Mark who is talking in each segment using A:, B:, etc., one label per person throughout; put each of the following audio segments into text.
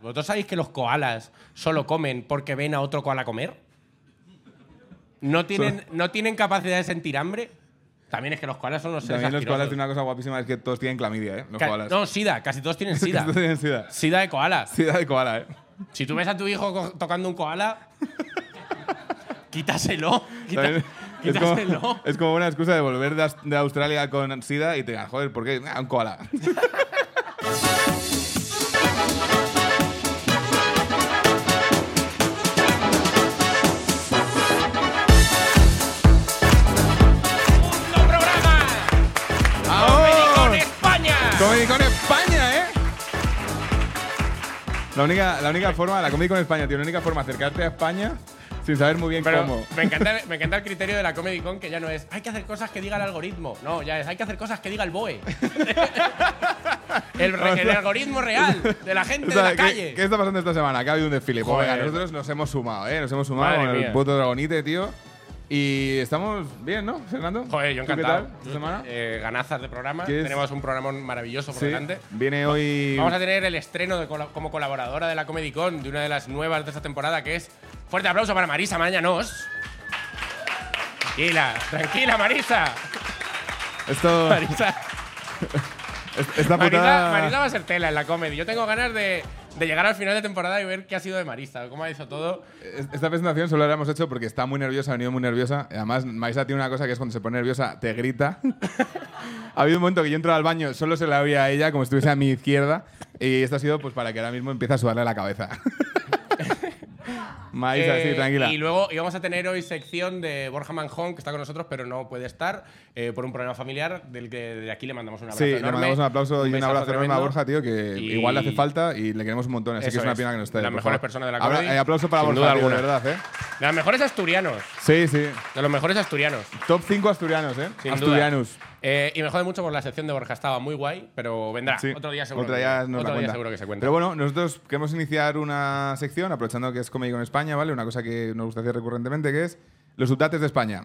A: ¿Vosotros sabéis que los koalas solo comen porque ven a otro koala comer? ¿No tienen, ¿no tienen capacidad de sentir hambre? También es que los koalas son unos seres
B: También los
A: asquerosos.
B: koalas tienen una cosa guapísima, es que todos tienen clamidia, ¿eh? Los
A: Ca-
B: koalas.
A: No, sida. Casi todos tienen sida.
B: Todos tienen sida.
A: sida de koalas.
B: Sida de koala, ¿eh?
A: Si tú ves a tu hijo co- tocando un koala, quítaselo. quita-
B: También- es,
A: quítaselo.
B: como, es como una excusa de volver de, Aus- de Australia con sida y te digan, joder, ¿por qué? Ah, un koala.
A: programa!
B: ¡Vamos!
A: España!
B: Comedy con España, ¿eh? La única, la única forma, la Comedy con España, tío, la única forma de acercarte a España sin saber muy bien
A: Pero
B: cómo.
A: me encanta, me encanta el criterio de la Comedy Con, que ya no es hay que hacer cosas que diga el algoritmo. No, ya es hay que hacer cosas que diga el BOE. el, re- el algoritmo real de la gente
B: O sea,
A: de la
B: ¿qué-
A: calle.
B: ¿qué, está pasando esta semana? Acá ha habido un desfile. Pues
A: Joder.
B: venga, nosotros nos hemos sumado, ¿eh? Nos hemos sumado
A: Madre
B: con
A: mía.
B: el puto Dragonite, tío. Y estamos bien, ¿no, Fernando?
A: Joder, yo
B: ¿Tú
A: encantado.
B: ¿Qué tal? ¿Tu semana?
A: Eh, ganazas de programa.
B: ¿Qué es?
A: Tenemos un programa maravilloso por
B: Sí.
A: delante.
B: Viene hoy.
A: Vamos a tener el estreno de colo- como colaboradora de la Comedy Con de una de las nuevas de esta temporada, que es fuerte aplauso para Marisa Mañanos. Tranquila, tranquila, Marisa.
B: Esto,
A: Marisa.
B: es- esta
A: Marisa,
B: putada.
A: Marisa va a ser tela en la comedy. Yo tengo ganas de, de llegar al final de temporada y ver qué ha sido de Marisa, cómo ha hecho todo.
B: Es- Esta presentación solo la hemos hecho porque está muy nerviosa, ha venido muy nerviosa. Además, Maisa tiene una cosa que es cuando se pone nerviosa, te grita. ha habido un momento que yo entraba al baño, solo se la oía a ella, como si estuviese a mi izquierda. Y esto ha sido pues para que ahora mismo empiece a sudarle la cabeza. Maisa,
A: Eh,
B: sí, tranquila.
A: Y luego íbamos a tener hoy sección de Borja Manjón, que está con nosotros, pero no puede estar eh, por un problema familiar, del que de aquí le mandamos un abrazo.
B: Sí, le
A: enorme,
B: mandamos un aplauso y un
A: besazo
B: abrazo enorme a
A: tremendo.
B: Borja, tío, que
A: Y-
B: igual le hace falta y le queremos un montón, así
A: Eso
B: que es una
A: es,
B: pena que no esté.
A: las
B: por
A: mejores
B: favor.
A: personas de la
B: Abra-
A: comedy,
B: eh, aplauso para
A: sin
B: Borja,
A: duda
B: tío, de
A: alguna.
B: verdad, ¿eh?
A: De los mejores asturianos.
B: Sí, sí.
A: De los mejores asturianos.
B: Top 5 asturianos, ¿eh?
A: Sin duda.
B: asturianos.
A: Eh, y me jode mucho por la sección de Borja. Estaba muy guay, pero vendrá.
B: Sí,
A: Otro día seguro.
B: otro
A: que-
B: día nos la
A: otro día
B: cuenta.
A: seguro que se cuenta.
B: Pero bueno, nosotros queremos iniciar una sección, aprovechando que es Comedy con España, ¿vale? Una cosa que nos gusta hacer recurrentemente, que es los subdates de España.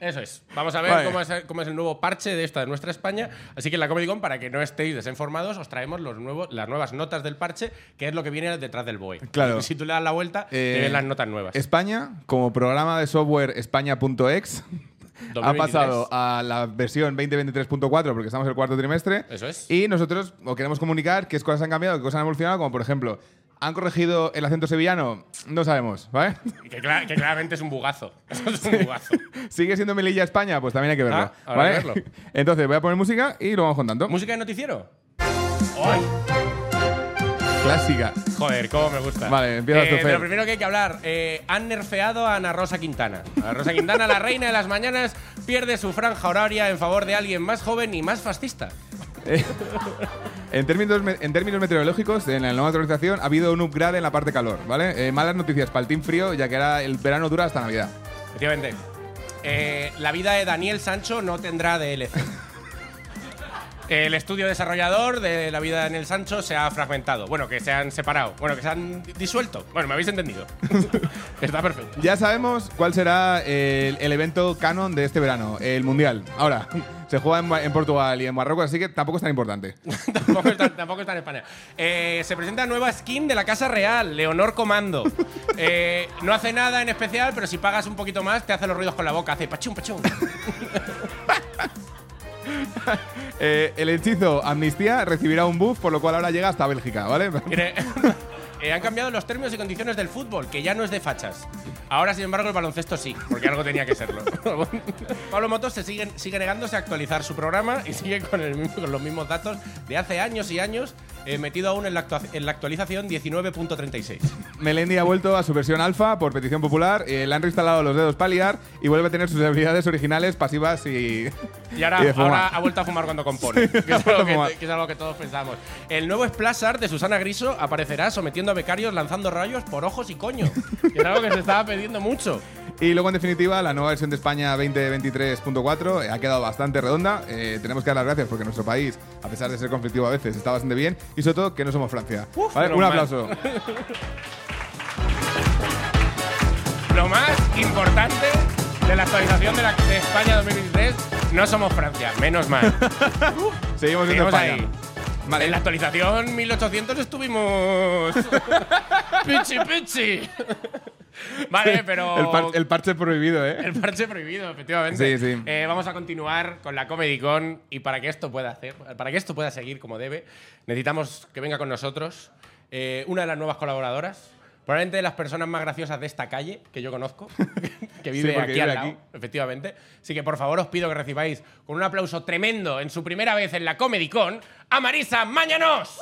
A: Eso es. Vamos a ver
B: Vale.
A: cómo, es, cómo es el nuevo parche de esta de nuestra España. Así que en la Comic Con, para que no estéis desinformados, os traemos los nuevos, las nuevas notas del parche, que es lo que viene detrás del BOE.
B: Claro.
A: Si tú le das la vuelta, te
B: Eh,
A: ven las notas nuevas.
B: España, como programa de software España.ex, ha
A: 2023.
B: pasado a la versión 2023.4, porque estamos en el cuarto trimestre.
A: Eso es.
B: Y nosotros os queremos comunicar qué cosas han cambiado, qué cosas han evolucionado, como por ejemplo, ¿han corregido el acento sevillano? No sabemos, ¿vale?
A: Que, cla- que claramente es un bugazo. Eso es un bugazo.
B: ¿Sigue siendo Melilla España? Pues también hay que verlo.
A: Ah, habrá
B: ¿vale?
A: que verlo.
B: Entonces, voy a poner música y lo vamos contando.
A: ¿Música de noticiero? ¡Ay!
B: Clásica.
A: Joder, cómo me gusta.
B: Vale, empiezas tú,
A: Eh,
B: Fer.
A: de lo primero que hay que hablar, eh, han nerfeado a Ana Rosa Quintana. Ana Rosa Quintana, la reina de las mañanas, pierde su franja horaria en favor de alguien más joven y más fascista.
B: En términos, me- en términos meteorológicos, en la nueva actualización ha habido un upgrade en la parte calor, ¿vale? Eh, malas noticias para el team frío, ya que ahora el verano dura hasta Navidad.
A: Efectivamente. Eh, la vida de Daniel Sancho no tendrá DLC. El estudio desarrollador de la vida de Daniel Sancho se ha fragmentado. Bueno, que se han separado. Bueno, que se han disuelto. Bueno, me habéis entendido. Está perfecto.
B: Ya sabemos cuál será el, el evento canon de este verano, el Mundial. Ahora, se juega en, Ma- en Portugal y en Marruecos, así que tampoco es tan importante.
A: tampoco, está, tampoco está en España. Eh, se presenta nueva skin de la Casa Real, Leonor Comando. Eh, no hace nada en especial, pero si pagas un poquito más, te hace los ruidos con la boca. Hace pachum, pachum.
B: Eh, el hechizo Amnistía recibirá un buff, por lo cual ahora llega hasta Bélgica, ¿vale?
A: Mire, eh, han cambiado los términos y condiciones del fútbol, que ya no es de fachas. Ahora, sin embargo, el baloncesto sí, porque algo tenía que serlo. Pablo Motos se sigue, sigue negándose a actualizar su programa y sigue con, el mismo- con los mismos datos de hace años y años, eh, metido aún en la, actua- en la actualización 19.36.
B: Melendi ha vuelto a su versión alfa por petición popular, eh, le han reinstalado los dedos paliar y vuelve a tener sus habilidades originales, pasivas y.
A: Y ahora,
B: de fumar.
A: ahora ha vuelto a fumar cuando compone, que, es algo
B: a fumar.
A: que, que es algo que todos pensamos. El nuevo Splasar de Susana Griso aparecerá sometiendo a becarios lanzando rayos por ojos y coño, que es algo que se estaba pidiendo mucho.
B: Y luego, en definitiva, la nueva versión de España 2023.4 eh, ha quedado bastante redonda. Eh, tenemos que dar las gracias porque nuestro país, a pesar de ser conflictivo a veces, está bastante bien. Y sobre todo, que no somos Francia.
A: Uf,
B: Vale,
A: menos
B: Un
A: mal.
B: aplauso.
A: Lo más importante de la actualización de, la, de España 2023 no somos Francia, menos mal.
B: Seguimos en
A: Seguimos
B: España.
A: ahí.
B: Vale.
A: En la actualización 1800 estuvimos. pichi, pichi. vale, pero.
B: El, par- el parche prohibido, ¿eh?
A: El parche prohibido, efectivamente.
B: Sí, sí.
A: Eh, vamos a continuar con la Comedy Con y para que esto pueda hacer, para que esto pueda seguir como debe, necesitamos que venga con nosotros eh, una de las nuevas colaboradoras, probablemente de las personas más graciosas de esta calle que yo conozco, que vive
B: porque
A: aquí
B: vive
A: al
B: aquí.
A: lado, efectivamente. Así que por favor os pido que recibáis con un aplauso tremendo en su primera vez en la Comedy Con a Marisa Mañanos.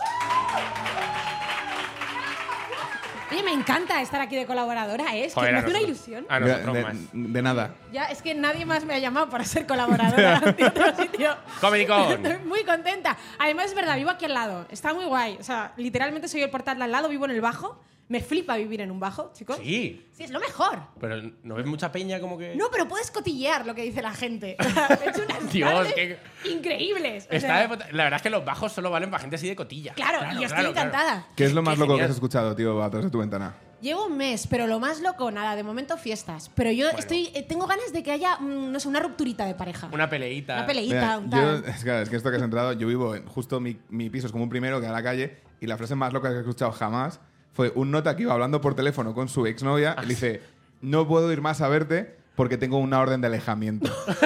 C: Oye, me encanta estar aquí de colaboradora, ¿eh? Es que
A: Joder,
C: me
A: a
C: hace una
A: nosotros-
C: ilusión.
A: A
B: de,
A: nosotros
B: de-
A: más.
B: de nada.
C: Ya, es que nadie más me ha llamado para ser colaboradora de otro sitio.
A: Comedy Con.
C: Estoy muy contenta. Además, es verdad, vivo aquí al lado. Está muy guay. O sea, literalmente soy el portal de al lado, vivo en el bajo. Me flipa vivir en un bajo, chicos.
A: Sí,
C: Sí, es lo mejor.
A: pero ¿no ves mucha peña como que...?
C: No, pero puedes cotillear lo que dice la gente. O sea, he hecho unas
A: Dios,
C: tardes
A: qué-
C: increíbles. O
A: Está
C: sea,
A: de puta- la verdad es que los bajos solo valen para gente así de cotilla.
C: Claro, y estoy
A: claro, claro.
C: encantada.
B: ¿Qué es lo
A: Qué
B: más loco que
A: genial.
B: has escuchado, tío, a través de tu ventana?
C: Llevo un mes, pero lo más loco, nada, de momento fiestas. Pero yo estoy, eh, tengo ganas de que haya, mm, no sé, una rupturita de pareja.
A: Una peleita.
C: Una peleita,
B: Mira,
C: un
B: yo,
C: tal.
B: es, claro, es que esto que has entrado, yo vivo en justo mi, mi piso, es como un primero que da a la calle, y la frase más loca que he escuchado jamás fue un nota que iba hablando por teléfono con su exnovia y le dice, no puedo ir más a verte porque tengo una orden de alejamiento.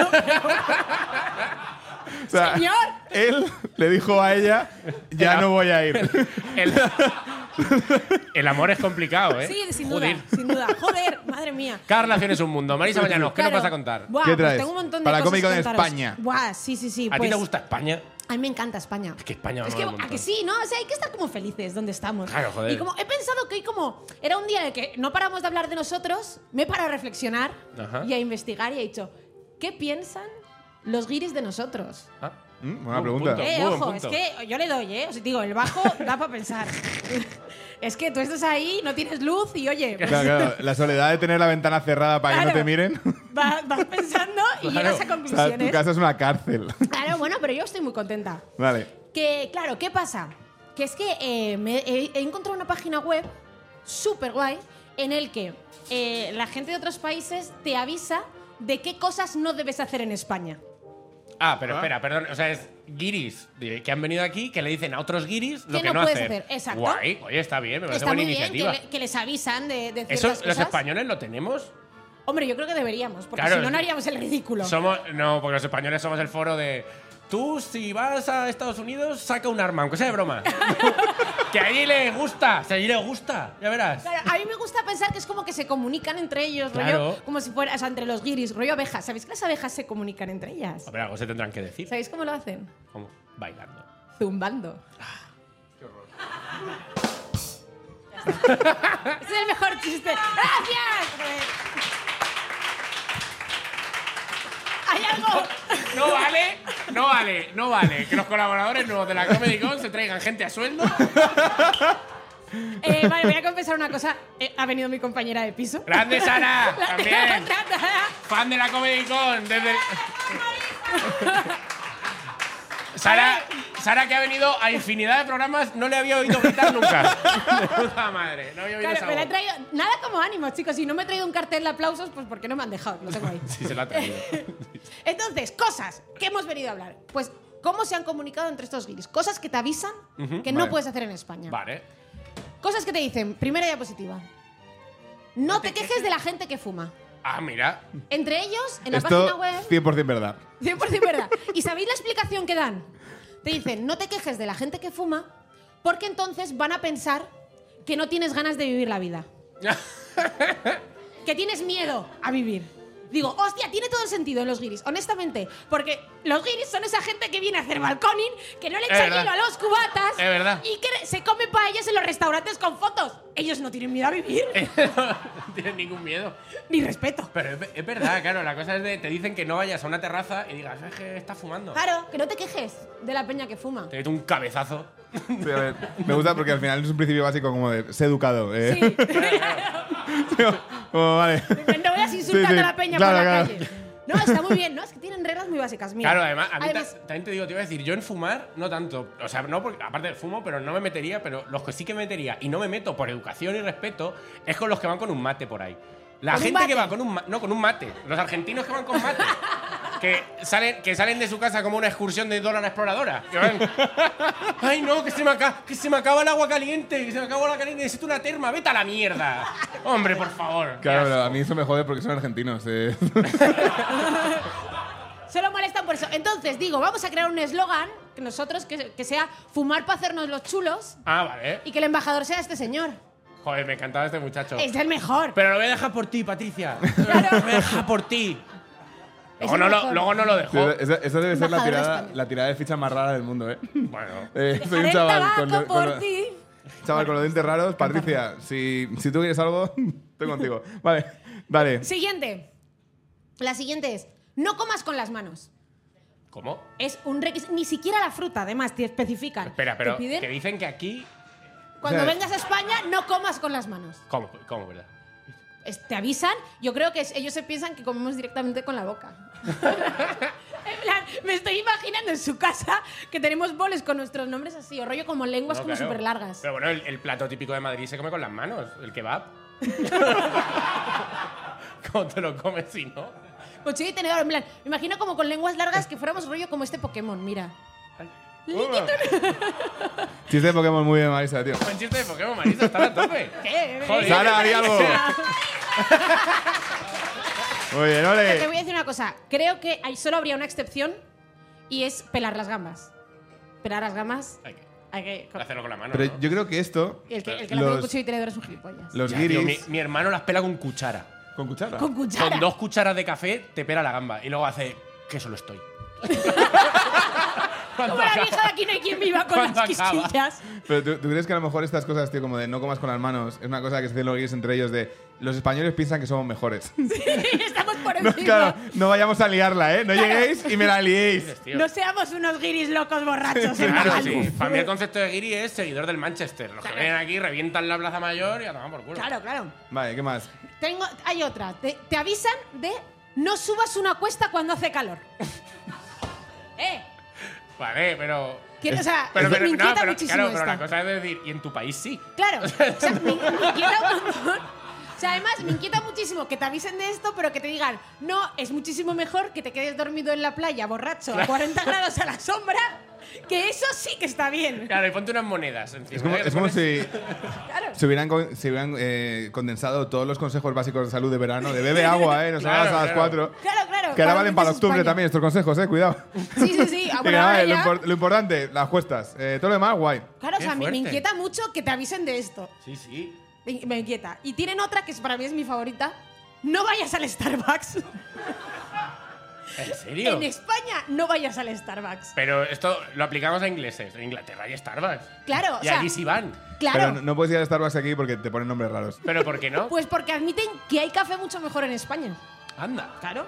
B: O sea,
C: Señor.
B: Él le dijo a ella, ya
A: El-
B: no voy a ir.
A: El, el amor es complicado, ¿eh?
C: Sí, sin
A: Joder.
C: duda, sin duda. Joder, madre mía.
A: Cada relación es un mundo. Marisa Mañanos, ¿qué
C: Claro.
A: nos vas a contar?
C: Buah,
B: ¿Qué
C: pues
B: traes?
C: tengo un montón de
B: Para
C: cosas
B: cómico
C: que
B: de
C: contaros.
B: España.
C: Buah, sí, sí, sí.
A: ¿A ti
C: pues,
A: te gusta España?
C: A mí me encanta España.
A: Es que España
C: Es
A: mola
C: que,
A: un montón.
C: a que sí, ¿no? O sea, hay que estar como felices donde estamos.
A: Claro, joder.
C: Y como he pensado que hoy como era un día en el que no paramos de hablar de nosotros, me he parado a reflexionar
A: Ajá.
C: y a investigar y he dicho, ¿qué piensan los guiris de nosotros?
A: Ah,
B: Mm, buena
A: buen
B: pregunta.
A: punto,
C: Eh,
A: muy buen
C: ojo, es
A: punto.
C: que yo le doy, ¿eh? O sea, digo, el bajo da para pensar. es que tú estás ahí, no tienes luz y oye,
B: Claro, claro, la soledad de tener la ventana cerrada para que no
C: Claro.
B: te miren.
C: va- vas pensando y
A: Claro.
C: llegas a
B: O sea, tu
C: conclusiones.
B: casa es una cárcel.
C: Claro, bueno, pero yo estoy muy contenta.
B: Vale.
C: Que, claro, ¿qué pasa? Que es que eh, me- he, he encontrado una página web súper guay en el que eh, la gente de otros países te avisa de qué cosas no debes hacer en España.
A: Ah, pero espera, perdón. O sea, es guiris de- que han venido aquí que le dicen a otros guiris lo
C: ¿Qué
A: que
C: no
A: no,
C: puedes hacer? Exacto.
A: Guay. Oye, está bien, me parece
C: Está
A: buena
C: muy bien que,
A: iniciativa.
C: le- que les avisan de, de
A: ¿Eso
C: ciertas
A: los
C: cosas.
A: españoles lo tenemos?
C: Hombre, yo creo que deberíamos, porque
A: Claro,
C: si no,
A: es
C: no
A: que-
C: haríamos el ridículo.
A: Somos, no, porque los españoles somos el foro de. Tú, si vas a Estados Unidos, saca un arma, aunque sea de broma. que allí les gusta, si allí les gusta, ya verás.
C: Claro, a mí me gusta pensar que es como que se comunican entre ellos,
A: Claro.
C: rollo, como si fuera, o sea, entre los guiris, rollo abejas. ¿Sabéis que las abejas se comunican entre ellas?
A: A ver, algo se tendrán que decir.
C: ¿Sabéis cómo lo hacen?
A: Como bailando.
C: Zumbando. Ese es el mejor chiste. ¡Gracias! Joder. Hay algo.
A: No vale, no vale, no vale. Que los colaboradores nuevos de la Comedy Con se traigan gente a sueldo.
C: Eh, vale, voy a confesar una cosa. Eh, ha venido mi compañera de piso.
A: ¡Grande Sara!
C: La-
A: También.
C: la- la- la-
A: Fan de la Comedy Con. Desde el- Sara, Sara, que ha venido a infinidad de programas, no le había oído gritar nunca. De puta madre, no había oído
C: Claro,
A: esa
C: me la he
A: voz.
C: traído. Nada como ánimo, chicos. Si no me he traído un cartel de aplausos, pues porque no me han dejado. Lo tengo ahí.
A: Sí, se la ha traído.
C: Entonces, cosas que hemos venido a hablar. Pues, ¿cómo se han comunicado entre estos guiris? Cosas que te avisan que no
B: vale.
C: puedes hacer en España.
A: Vale.
C: Cosas que te dicen. Primera diapositiva. No, te quejes de la gente que fuma.
A: Ah, mira.
C: Entre ellos, en la página
B: Esto
C: web.
B: 100% verdad.
C: 100% verdad. ¿Y sabéis la explicación que dan? Te dicen, no te quejes de la gente que fuma, porque entonces van a pensar que no tienes ganas de vivir la vida. que tienes miedo a vivir. Digo, hostia, tiene todo el sentido en los guiris, honestamente. Porque los guiris son esa gente que viene a hacer balconing, que no le echa
A: verdad.
C: hielo a los cubatas
A: Es verdad.
C: y que se come paellas en los restaurantes con fotos. Ellos no tienen miedo a vivir,
A: Eh. no tienes ningún miedo.
C: ni respeto.
A: Pero es, es verdad, claro, la cosa es de te dicen que no vayas a una terraza y digas, es que está fumando.
C: Claro, que no te quejes de la peña que fuma.
A: Te meto un cabezazo.
B: Me gusta porque al final es un principio básico como de sé educado. ¿eh?
C: Sí.
B: Como, vale.
C: No vayas insultando
B: Sí, sí.
C: a la peña
B: Claro,
C: por la
B: claro.
C: calle. No, está muy bien, ¿no? Es que tienen reglas muy básicas. Mira,
A: Claro, además, a mí
C: Además,
A: ta- también te digo, te iba a decir, yo en fumar no tanto. O sea, no porque, aparte fumo, pero no me metería, pero los que sí que me metería y no me meto por educación y respeto es con los que van con un mate por ahí. La
C: ¿Con un
A: gente que
C: mate?
A: va con un mate, no, con un mate. Los argentinos que van con mate. que salen, que salen de su casa como una excursión de dólar exploradora. Que van, Ay, no, que se, me acaba, que se me acaba el agua caliente, que se me acaba el agua caliente, necesito una terma, vete a la mierda. Hombre, por favor.
B: Claro, pero a mí eso me jode porque son argentinos. eh.
C: Solo molestan por eso. Entonces, digo, vamos a crear un eslogan que nosotros que, que sea fumar para hacernos los chulos
A: Ah, vale.
C: y que el embajador sea este señor.
A: Joder, me encantaba este muchacho.
C: Es el mejor.
A: Pero lo voy a dejar por ti, Patricia.
C: Claro.
A: Lo voy a dejar por ti.
C: Es
A: Luego no,
C: el
A: lo,
C: mejor.
A: luego no lo dejó.
B: Esa, esa- esa debe ser la
C: Embajador
B: tirada,
C: español.
B: la tirada de ficha más rara del mundo, ¿eh?
A: Bueno.
B: Eh, soy
C: Dejaré
B: un
C: el
B: chaval
C: tabaco
B: con, lo- con
C: por
B: lo-
C: ti.
B: chaval con los dientes raros. Patricia, si, si tú quieres algo, estoy contigo. Vale, dale.
C: Siguiente. La siguiente es, no comas con las manos.
A: ¿Cómo?
C: Es un requisito. Ni siquiera la fruta, además, te especifican.
A: Espera,
C: Te
A: pero
C: piden,
A: que dicen que aquí.
C: cuando
B: Espera.
C: vengas a España, no comas con las manos.
A: ¿Cómo? ¿Cómo, verdad?
C: Es- te avisan. Yo creo que es- ellos se piensan que comemos directamente con la boca. en plan, me estoy imaginando en su casa que tenemos boles con nuestros nombres así, o rollo como lenguas
A: No,
C: como
A: claro.
C: súper largas.
A: Pero bueno, el, el plato típico de Madrid se come con las manos, el kebab. ¿Cómo te lo comes si no?
C: Cuchillo y tenedor, en plan, me imagino como con lenguas largas que fuéramos rollo como este Pokémon, mira.
B: Chiste de Pokémon muy bien, Marisa, tío.
A: Buen chiste de Pokémon, Marisa, está a tope.
C: ¿Qué?
A: Joder.
B: ¡Sara, haría algo! Muy bien,
C: Te
B: ole.
C: voy a decir una cosa. Creo que hay, solo habría una excepción y es pelar las gambas. Pelar las gambas.
A: Hay que
C: Hay que.
A: hacerlo con la mano.
B: Pero
A: ¿no?
B: yo creo que esto,
C: El que, el que lo hace con
B: Los-
C: cuchillo y tenedor es un gilipollas.
B: los
A: Ya, tío, mi,
B: guiris.
A: mi hermano las pela con cuchara.
B: ¿Con cuchara?
C: Con cuchara.
A: Con dos cucharas de café te pela la gamba y luego hace que solo estoy. Cuando
C: Como la
A: acaba-
C: vieja de aquí no hay quien viva con
A: Cuando
C: las
A: acaba.
C: quisquillas.
B: Pero ¿tú, tú crees que a lo mejor estas cosas, tío, como de no comas con las manos, es una cosa que se hacen los guiris entre ellos de los españoles piensan que somos mejores.
C: Estamos por
B: No,
C: encima. No,
B: claro, no vayamos a liarla, ¿eh? No lleguéis y me la liéis.
A: Tío.
C: seamos unos guiris locos borrachos. en
A: Claro,
C: Madrid.
A: sí. Para mí el concepto de Guiri es seguidor del Manchester. Los que
C: Claro.
A: vienen aquí revientan la Plaza Mayor y a tomar por culo.
C: Claro, claro.
B: Vale, ¿qué más?
C: Tengo, hay otra. Te, te avisan de no subas una cuesta cuando hace calor. eh,
A: Vale, pero.
C: que- o sea,
A: Pero,
C: Ah, me
A: pero- no,
C: inquieta
A: pero-
C: muchísimo
A: claro, pero
C: esta.
A: la cosa es decir, y en tu país sí.
C: Claro, o sea, me, me inquieta un montón. O sea, además, me inquieta muchísimo que te avisen de esto, pero que te digan, no, es muchísimo mejor que te quedes dormido en la playa, borracho, a 40 grados a la sombra, que eso sí que está bien.
A: Claro, y ponte unas monedas encima.
B: Es como,
A: ¿eh?
B: es como si
C: Claro.
B: se hubieran, co- se hubieran, eh, condensado todos los consejos básicos de salud de verano, de bebe agua, ¿eh? No
A: Claro,
B: salgas a las
A: claro.
B: 4.
C: Claro, claro.
B: Que ahora valen
C: claramente
B: para
C: es
B: octubre
C: España.
B: también estos consejos, ¿eh? Cuidado.
C: Sí, sí, sí. ah,
B: Y
C: bueno,
B: nada, eh,
C: ahora
B: lo,
C: ya-
B: impor- lo importante, las cuestas. Eh, todo lo demás, guay.
C: Claro, o sea,
A: Qué
C: me- me
A: fuerte.
C: inquieta mucho que te avisen de esto.
A: Sí, sí.
C: Me me inquieta. Y tienen otra que es- para mí es mi favorita. No vayas al Starbucks.
A: ¿En serio?
C: En España, no vayas al Starbucks.
A: Pero esto lo aplicamos a ingleses. En Inglaterra hay Starbucks.
C: Claro, o
A: Y
C: sea-
A: allí sí van.
C: Claro.
B: Pero no, no puedes ir a Starbucks aquí porque te ponen nombres raros.
A: Pero ¿por qué no?
C: Pues porque admiten que hay café mucho mejor en España.
A: Anda.
C: Claro.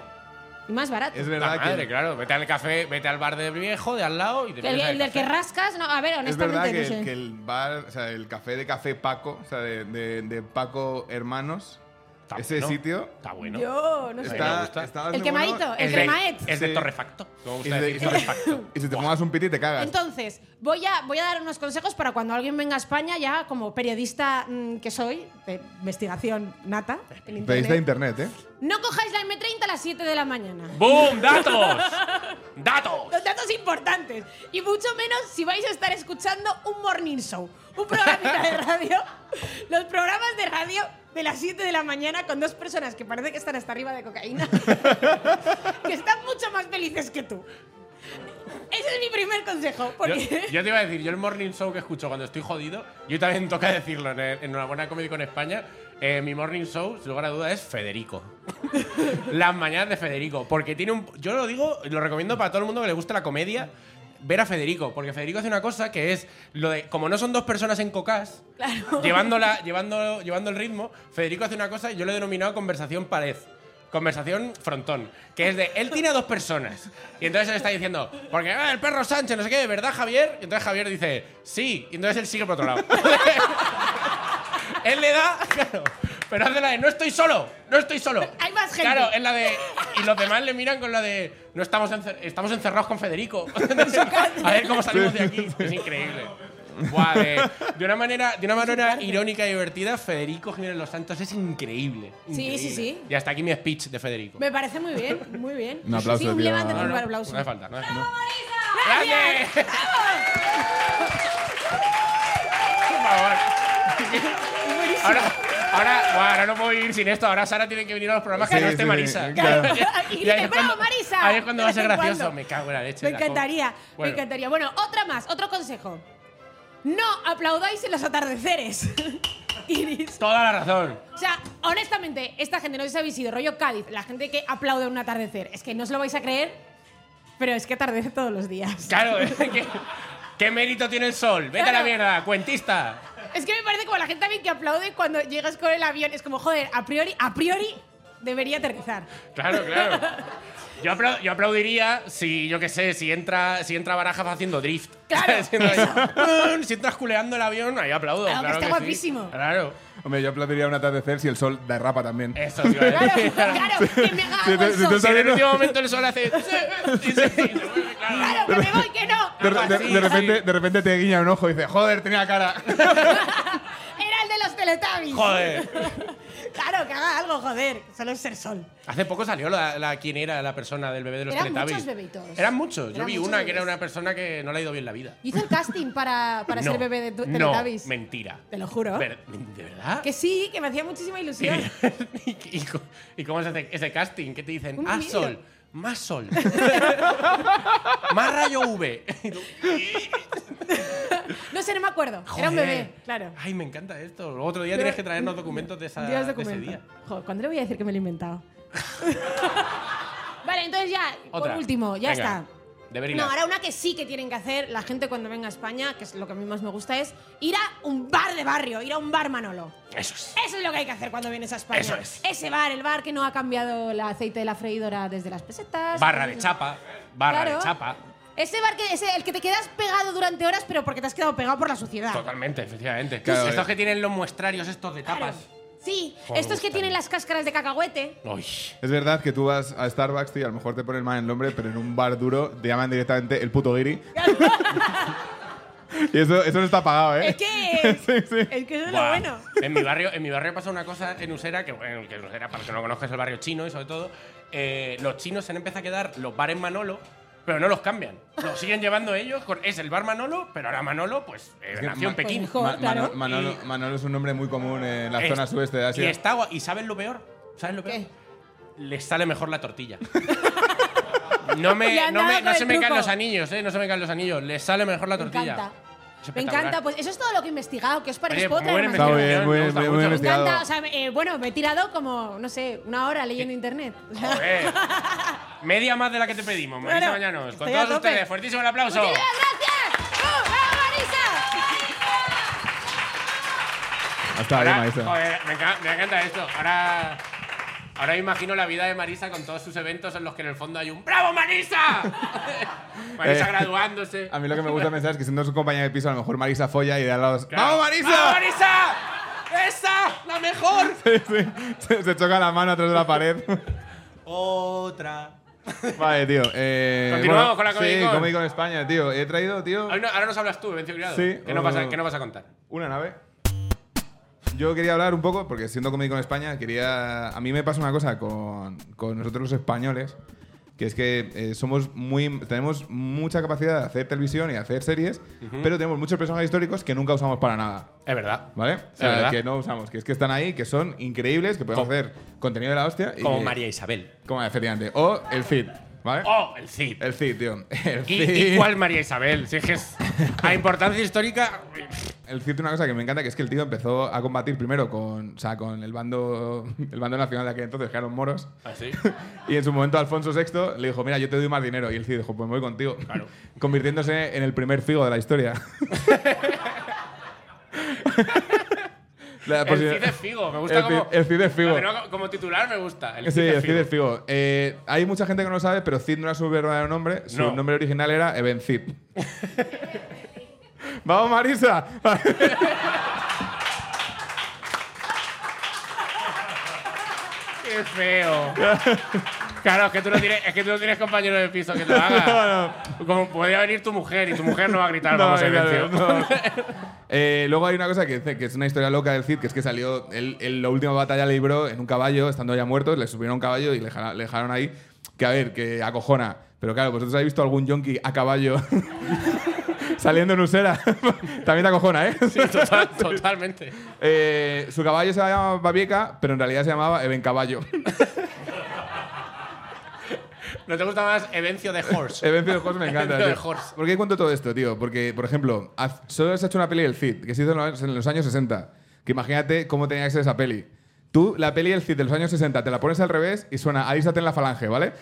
C: Y más barato.
B: Es
A: La
B: verdad
A: madre,
B: que.
A: claro. Vete al café, vete al bar de viejo de al lado y te
C: El, el
A: pides el
C: del que
A: café.
C: rascas, no, a ver,
B: Es verdad
C: honestamente,
B: que,
C: no sé.
B: que el bar, o sea, el café de café Paco, o sea, de, de- de Paco Hermanos,
A: Está
B: ese
A: bueno.
B: sitio
A: Está bueno.
C: Yo, no sé.
A: Ahí me
B: está,
A: gusta.
B: está bastante
C: El quemadito,
B: bueno.
C: el
A: Es de-
C: cremaet.
A: Es de
B: Sí.
A: torrefacto. Me
B: Y
A: gusta
B: si,
A: decir
B: te,
A: torrefacto.
B: y si te fumas un piti te cagas.
C: Entonces, voy a, voy a dar unos consejos para cuando alguien venga a España, ya como periodista mm, que soy, de investigación nata, en
B: Periodista de
C: internet.
B: internet, ¿eh?
C: No cojáis la M30 a las 7 de la mañana.
A: ¡Boom! ¡Datos! ¡Datos!
C: Los datos importantes. Y mucho menos si vais a estar escuchando un morning show. Un programa de radio. Los programas de radio de las 7 de la mañana con dos personas que parece que están hasta arriba de cocaína. que están mucho más felices que tú. Ese es mi primer consejo.
A: Yo,
C: Porque...
A: yo te iba a decir, yo el morning show que escucho cuando estoy jodido, yo también toca decirlo en, el- en una buena comedy con España, eh, mi morning show, sin lugar a duda, es Federico. Las mañanas de Federico. Porque tiene un. Yo lo digo, lo recomiendo para todo el mundo que le gusta la comedia. Ver a Federico, porque Federico hace una cosa que es lo de. Como no son dos personas en cocas, llevando, la- llevando, llevando el ritmo, Federico hace una cosa y yo lo he denominado conversación pared. Conversación frontón, que es de él tiene a dos personas. Y entonces él está diciendo, porque ah, el perro Sánchez, no sé qué, ¿verdad, Javier? Y entonces Javier dice, sí. Y entonces él sigue por otro lado. él le da, claro, pero hace la de, no estoy solo, no estoy solo.
C: Hay más gente.
A: Claro, es la de. Y los demás le miran con la de. No estamos, encer- estamos encerrados con Federico. a ver cómo salimos de aquí. Es increíble. Buah, de, de una manera, de una manera irónica y divertida, Federico Jiménez Los Santos es increíble.
C: Sí, sí,
A: increíble.
C: sí.
A: Y hasta aquí mi speech de Federico.
C: Me parece muy bien, muy bien.
B: Un aplauso,
C: Sí, un
B: tío.
C: levante,
A: No,
C: un
A: no,
C: aplauso.
A: no hace falta. No hace falta.
C: ¡Gracias!
A: ¡Grande! Por favor. Ahora, ahora, buah, ahora no puedo vivir sin esto. Ahora Sara tiene que venir a los programas que
B: Sí,
A: no
B: sí,
A: esté
B: sí,
A: Marisa.
B: claro.
A: Y
C: Y
A: ahí
C: dice,
A: es cuando-
C: "Bravo, Marisa".
A: Ahí es cuando
C: De
A: va a ser
C: vez en
A: gracioso.
C: cuando.
A: Me cago en la leche.
C: Me
A: la como.
C: encantaría,
A: Bueno,
C: me encantaría. Bueno, otra más, otro consejo. No aplaudáis en los atardeceres. Iris.
A: Toda la razón.
C: O sea, honestamente, esta gente no sé si habéis sido rollo Cádiz, la gente que aplaude un atardecer. Es que no os lo vais a creer, pero es que atardece todos los días.
A: Claro, ¿qué, qué mérito tiene el sol? Vete a la
C: Claro.
A: mierda, cuentista.
C: Es que me parece como la gente también que aplaude cuando llegas con el avión. Es como, joder, a priori, a priori debería aterrizar.
A: Claro, claro. Yo, apla- yo aplaudiría si, yo qué sé, si entra, si entra Barajas haciendo drift.
C: Claro,
A: Haciendo ahí, si entras culeando el avión, ahí aplaudo.
C: Claro,
A: Claro,
C: que está
A: sí.
C: guapísimo.
A: Claro.
B: Hombre, yo aplaudiría un atardecer si el sol derrapa también.
A: Eso, tío. ¿eh?
C: Claro, claro, que me
B: Sí,
C: hago el
B: sí, sí,
C: sol.
A: Si en el
B: ¿no?
A: último momento el sol hace. y se- y se vuelve, claro.
C: Claro, que me voy, que no.
B: De,
A: algo
B: de-
A: así,
B: de repente,
A: sí.
B: de repente te guiña un ojo y dice, joder, tenía cara.
C: Era el de los Teletubbies.
A: Joder.
C: Claro, que haga algo, joder. Solo es ser sol.
A: Hace poco salió la, la- quién era la persona del bebé de los
C: Eran
A: Teletubbies.
C: muchos bebitos.
A: Eran muchos. Yo
C: Eran
A: vi
C: muchos
A: una que era
C: bebés.
A: una persona que no le ha ido bien la vida.
C: Hizo el casting para, para
A: No,
C: ser bebé de tu-
A: No,
C: Teletubbies.
A: mentira.
C: Te lo juro.
A: Ver- ¿De verdad?
C: Que sí, que me hacía muchísima ilusión.
A: ¿Y, y, co- y cómo se hace ese casting? ¿Qué te dicen?
C: Un
A: ah,
C: vídeo.
A: sol. Más sol. más rayo V. Y tú,
C: No sé, no me acuerdo. Era un
A: joder.
C: bebé, claro.
A: Ay, me encanta esto. Otro día
C: Pero-
A: tienes que traernos documentos de, esa,
C: Dios
A: de ese
C: documento.
A: día.
C: Joder, ¿cuándo le voy a decir que me lo he inventado? vale, entonces ya,
A: Otra.
C: por último, ya
A: Venga,
C: está.
A: De Berina.
C: No, ahora una que sí que tienen que hacer la gente cuando venga a España, que es lo que a mí más me gusta, es ir a un bar de barrio, ir a un bar Manolo.
A: Eso es.
C: Eso es lo que hay que hacer cuando vienes a España.
A: Eso es.
C: Ese bar, el bar que no ha cambiado el aceite de la freidora desde las pesetas.
A: Barra de chapa. Barra
C: Claro.
A: de chapa.
C: Ese bar que ese, el que te quedas pegado durante horas, pero porque te has quedado pegado por la suciedad.
A: Totalmente, efectivamente.
B: Claro,
A: estos
B: eh.
A: que tienen los muestrarios estos de
C: Claro.
A: tapas.
C: Sí,
A: Joder,
C: estos que
A: está
C: tienen
A: bien.
C: las cáscaras de cacahuete.
A: Uy.
B: Es verdad que tú vas a Starbucks, tío, y a lo mejor te ponen mal el nombre, pero en un bar duro te llaman directamente el puto guiri. y eso, eso no está pagado, ¿eh?
C: Es que es,
B: Sí, sí.
C: es que eso es lo
A: Buah.
C: bueno.
A: En mi barrio, en mi barrio pasa una cosa en Usera, que bueno, que en Usera, para el que no conozcas el barrio chino y sobre todo, eh, los chinos se han empezado a quedar los bares Manolo, pero no los cambian. Los siguen llevando ellos, con- es el bar Manolo, pero ahora Manolo, pues, eh,
B: que
A: nació en
B: Ma-
A: Pekín.
C: Pues mejor.
B: Ma- Mano-
C: claro.
B: Manolo, Manolo es un nombre muy común en la
A: Es-
B: zona sureste de
A: Y
B: Asia.
A: está gua- ¿Y sabes lo peor? ¿Sabes lo peor?
C: ¿Qué?
A: Les sale mejor la tortilla. No, me,
C: Le han
A: no, me-
C: dado
A: no
C: con
A: se
C: el
A: me caen
C: truco.
A: los anillos, ¿eh? No se me caen los anillos. Les sale mejor la
C: Me
A: tortilla.
C: encanta.
A: Es
C: Me
A: espectacular.
C: encanta, pues eso es todo lo que he investigado, que os parece
A: Oye, muy
C: Potter.
A: buena
B: Está muy
C: hermano.
B: bien,
A: investigación,
B: muy
A: me
B: bien,
A: gusta
B: muy bien
A: mucho.
C: me
B: investigado.
C: encanta, o sea, me- eh, bueno, me he tirado como, no sé, una hora leyendo internet.
A: Joder. Media más de la que te pedimos, Marisa
C: Bueno,
A: Mañanos. Con
C: estoy a
A: todos
C: tope.
A: ustedes, fuertísimo el aplauso.
C: ¡Muchísimas gracias! ¡Uh, bravo, Marisa!
B: Hasta Ah, ahí,
A: Ahora-
B: maestro.
A: joder, me, enca- me encanta esto. Ahora, ahora imagino la vida de Marisa con todos sus eventos en los que en el fondo hay un ¡Bravo, Marisa! Marisa
B: Eh,
A: graduándose.
B: A mí lo que me gusta pensar es que siendo su compañía de piso, a lo mejor Marisa folla y de al lado.
A: Claro.
B: ¡Vamos, Marisa!
A: ¡Vamos, Marisa! ¡Esa! ¡La mejor!
B: Sí, se, se choca la mano atrás de la pared.
A: Otra.
B: Vale, tío. eh,
A: Continuamos con la Comic
B: Sí,
A: Con.
B: Comic Con España, tío. He traído, tío,
A: Hoy no- ahora nos hablas tú, Vencio Criado.
B: Sí, Oh.
A: ¿Qué, nos vas a,
B: o-
A: qué nos vas a contar?
B: una nave. Yo quería hablar un poco, porque siendo Comic Con España, quería. A mí me pasa una cosa con, con nosotros los españoles, que es que eh, somos muy. Tenemos mucha capacidad de hacer televisión y hacer series, pero tenemos muchos personajes históricos que nunca usamos para nada.
A: Es verdad.
B: ¿Vale? O sea,
A: verdad.
B: que no usamos, que es que están ahí, que son increíbles, que podemos
A: Como-
B: hacer contenido de la hostia. y
A: Como
B: que-
A: María Isabel.
B: Como efectivamente. O el feed, ¿vale?
A: ¡Oh, el Cid!
B: El Cid, tío. El
A: ¿Y,
B: Cid.
A: y cuál María Isabel? Si es que es a importancia histórica.
B: El Cid tiene una cosa que me encanta, que es que el tío empezó a combatir primero con, o sea, con el bando el bando nacional de aquel entonces, que eran los moros.
A: Así.
B: Y en su momento Alfonso VI le dijo, mira, yo te doy más dinero. Y el Cid dijo, pues me voy contigo.
A: Claro.
B: Convirtiéndose en el primer figo de la historia. La
A: El
B: posibilidad-
A: Cid es Figo, me gusta
B: el Cid-
A: como.
B: el Cid es Figo.
A: Pero no, como titular me gusta. El
B: Sí,
A: Cid es
B: el Cid
A: Figo.
B: es Figo. Eh, hay mucha gente que no lo sabe, pero Cid no era su verdadero nombre. Su
A: No.
B: nombre original era Eben Cid. ¡Vamos, Marisa!
A: Qué feo. Claro, es que tú no tienes, es que tú no tienes compañero de piso que te lo haga. Como podría venir tu mujer y tu mujer no va a gritar,
B: No,
A: vamos a ir
B: claro,
A: vencido".
B: no. Eh, luego hay una cosa que dice que es una historia loca del Cid, que es que salió él, él la última batalla le libró en un caballo, estando ya muertos, le subieron a un caballo y le jala- le dejaron, ahí. Que a ver, que acojona. Pero claro, vosotros habéis visto algún yonki a caballo saliendo en Usera. También te acojona, ¿eh?
A: Sí, total- totalmente.
B: Eh, Su caballo se llamaba Babieca, pero en realidad se llamaba Eben Caballo.
A: ¿No te gusta más Evencio de Horse?
B: Evencio de Horse me encanta.
A: Evencio de
B: tío.
A: Horse.
B: ¿Por qué cuento todo esto, tío? Porque, por ejemplo, haz- solo se ha hecho una peli del Cid, que se hizo en los, en los años 60. Que imagínate cómo tenía que ser esa peli. Tú, la peli del Cid de los años 60, te la pones al revés y suena Alísate en la falange, ¿vale?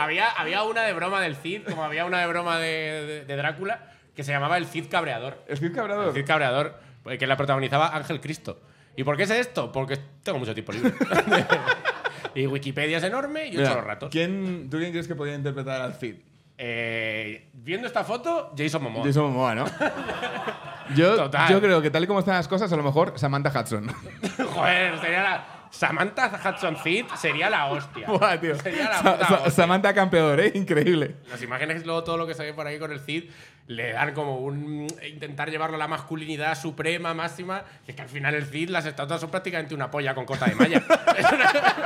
A: había, había una de broma del Cid, como había una de broma de, de- de Drácula, que se llamaba el Cid Cabreador.
B: El Cid
A: El
B: cabrador.
A: Cid Cabreador, pues, que la protagonizaba Ángel Cristo. ¿Y por qué es esto? Porque tengo mucho tiempo libre. y Wikipedia es enorme y yo echo los ratos.
B: ¿quién, ¿Tú quién crees que podía interpretar al Cid?
A: Eh, viendo esta foto, Jason Momoa.
B: Jason Momoa, ¿no? yo,
A: Total.
B: yo creo que tal y como están las cosas, a lo mejor Samantha Hudson.
A: Joder, sería la. Samantha Hudson Cid sería la hostia.
B: Buah, tío.
A: Sería la
B: Sa-
A: puta
B: Sa-
A: hostia.
B: Samantha campeador, ¿eh? Increíble.
A: Las imágenes, luego todo lo que se ve por ahí con el Cid, le dan como un. intentar llevarlo a la masculinidad suprema, máxima. Y es que al final el Cid, las estatuas son prácticamente una polla con cota de malla. es, una,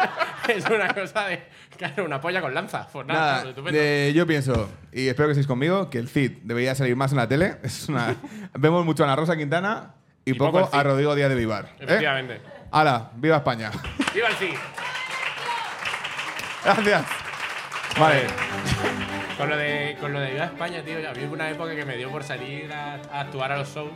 A: es una cosa de. Claro, una polla con lanza. Pues nada,
B: Nada,
A: estupendo.
B: eh, yo pienso, y espero que estéis conmigo, que el Cid debería salir más en la tele. Es una, vemos mucho a Ana Rosa Quintana y,
A: Y poco
B: poco,
A: al Cid.
B: a Rodrigo Díaz de Vivar. ¿eh?
A: Efectivamente.
B: ¡Hala! ¡Viva España!
A: ¡Viva el Cid!
B: Gracias. Vale.
A: Con lo de, con lo de Viva España, tío, ya vi una época que me dio por salir a, a actuar a los shows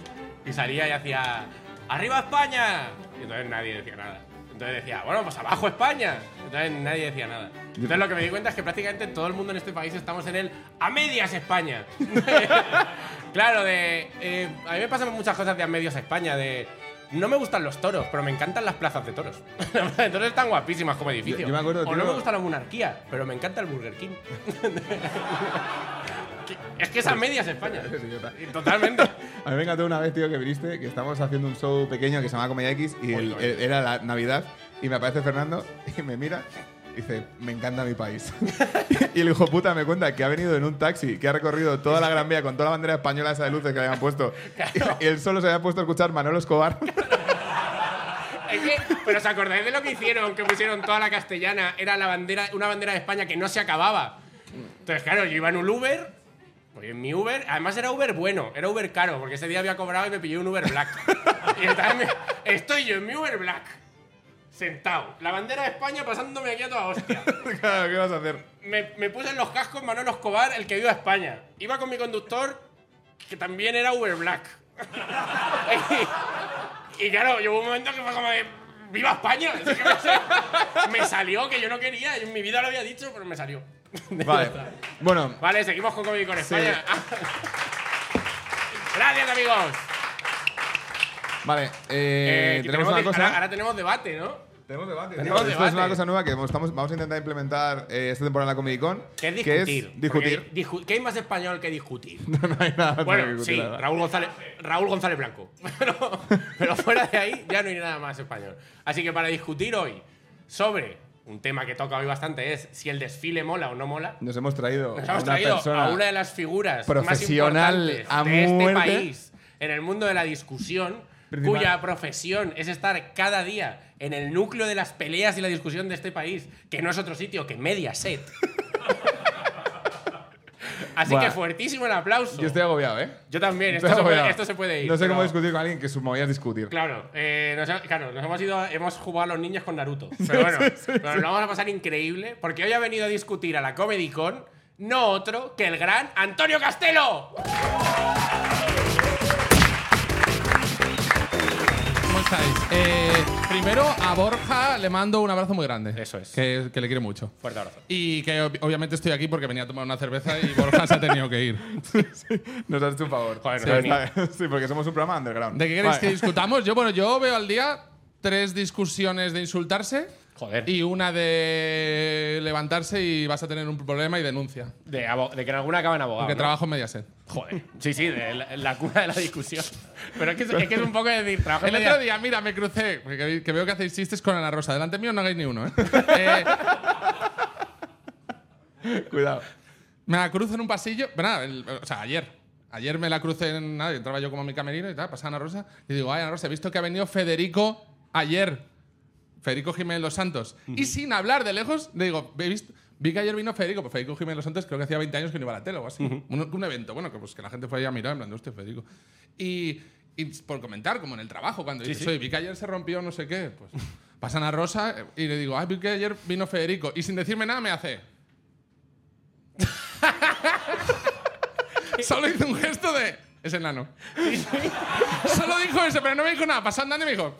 A: y salía y hacía ¡Arriba España! Y entonces nadie decía nada. Entonces decía, bueno, pues abajo España. Entonces nadie decía nada. Entonces lo que me di cuenta es que prácticamente todo el mundo en este país estamos en el a medias España. claro, de. eh, a mí me pasan muchas cosas de a medias España, de. No me gustan los toros, pero me encantan las plazas de toros. Entonces están guapísimas como edificio.
B: yo me acuerdo,
A: o no
B: tío-
A: me gusta la monarquía, pero me encanta el Burger King. Es que esas medias España.
B: Eres idiota.
A: Totalmente.
B: A mí me encantó una vez, tío, que viniste, que estábamos haciendo un show pequeño que se llamaba Comedia X y
A: Uy,
B: el-
A: coño.
B: el- era la Navidad y me aparece Fernando y me mira y dice, me encanta mi país. y el hijo puta me cuenta que ha venido en un taxi, que ha recorrido toda la Gran Vía con toda la bandera española esa de luces que le habían puesto. Y él solo se había puesto a escuchar Manolo Escobar.
A: Es que, pero ¿os acordáis de lo que hicieron? Que pusieron toda la castellana. Era la bandera, una bandera de España que no se acababa. Entonces, claro, yo iba en un Uber. Voy en mi Uber. Además, era Uber bueno. Era Uber caro. Porque ese día había cobrado y me pillé un Uber Black. y entonces me- estoy yo en mi Uber Black. Sentado. La bandera de España pasándome aquí a toda hostia.
B: claro, ¿qué vas a hacer?
A: me, me puse en los cascos Manolo Escobar, el que viva España. Iba con mi conductor, que también era Uber Black. y, y claro, yo hubo un momento que fue como de, ¡Viva España! Así que me, sa- me salió, que yo no quería, en mi vida lo había dicho, pero me salió.
B: Vale. Bueno,
A: Vale, seguimos con Comedy con
B: Sí.
A: España. Gracias, amigos.
B: vale. eh,
A: Eh, que
B: tenemos una
A: de-
B: cosa.
A: Ahora, ahora tenemos debate, ¿no?
B: Tenemos debate. tío.
A: Tenemos
B: Esto es
A: debate.
B: una cosa nueva que estamos, vamos a intentar implementar eh, esta temporada en la Comic Con.
A: Que es discutir. porque
B: discutir.
A: discu- ¿Qué hay más español que discutir?
B: no hay nada más que
A: Bueno,
B: discutir,
A: sí,
B: la verdad.
A: Raúl González, Raúl González Blanco. Pero, pero fuera de ahí ya no hay nada más español. Así que para discutir hoy sobre un tema que toca hoy bastante es si el desfile mola o no mola.
B: Nos hemos traído
A: Nos
B: a
A: hemos
B: una
A: traído
B: persona.
A: a una de las figuras
B: profesional
A: más
B: a
A: importantes de este
B: muerte.
A: país en el mundo de la discusión,
B: Principal.
A: cuya profesión es estar cada día en el núcleo de las peleas y la discusión de este país, que no es otro sitio que Mediaset. Así
B: Buah.
A: que fuertísimo el aplauso.
B: Yo estoy agobiado, ¿eh?
A: Yo también, esto,
B: Estoy
A: se puede,
B: agobiado.
A: esto se puede ir.
B: No sé
A: pero-
B: cómo discutir con alguien que su movida es discutir.
A: Claro, eh, nos, he- claro, nos hemos ido, a- hemos jugado a los niños con Naruto. Pero bueno, pero lo vamos a pasar increíble porque hoy ha venido a discutir a la Comedy Con no otro que el gran Antonio Castelo.
D: ¿Cómo estáis? Eh, primero, a Borja le mando un abrazo muy grande.
A: Eso es.
D: Que, que le quiero mucho.
A: Fuerte abrazo.
D: Y que ob- obviamente estoy aquí porque venía a tomar una cerveza y Borja se ha tenido que ir.
B: Nos has hecho un favor.
A: Joder,
B: sí,
A: no, ni-
B: está bien. Sí, porque somos un programa underground.
D: ¿De qué queréis
B: Vale.
D: que discutamos? Yo, bueno, yo veo al día tres discusiones de insultarse.
A: Joder.
D: Y una de levantarse y vas a tener un problema y denuncia.
A: De, abo- de que en alguna acaban abogados.
D: Porque trabajo en Mediaset.
A: Joder. Sí, sí, de la, la cuna de la discusión. Pero es que es, es que es un poco de decir, trabajo en
D: El
A: media-
D: otro día, mira, me crucé, que, que veo que hacéis chistes con Ana Rosa. Delante mío no hagáis ni uno, ¿eh? Eh,
B: Cuidado.
D: Me la cruzo en un pasillo. pero nada, el- o sea, ayer. Ayer me la crucé en. Nada, entraba yo como a mi camerino y tal, pasaba Ana Rosa. Y digo, ay, Ana Rosa, he visto que ha venido Federico ayer. Federico Jiménez Los Santos. Y sin hablar de lejos, le digo, "He visto- Vi que ayer vino Federico, pues Federico Jiménez Los Santos creo que hacía 20 años que no iba a la tele o algo así. un, un evento, bueno, que, pues, que la gente fue ahí a mirar, en plan, hostia, Federico. Y, y por comentar, como en el trabajo, cuando dices, oye, vi que ayer se rompió no sé qué, pues pasan a Rosa eh, y le digo, ay, vi que ayer vino Federico. Y sin decirme nada me hace, Solo hizo un gesto de. Es enano. Solo dijo eso, pero no me dijo nada. Pasó andando y me dijo.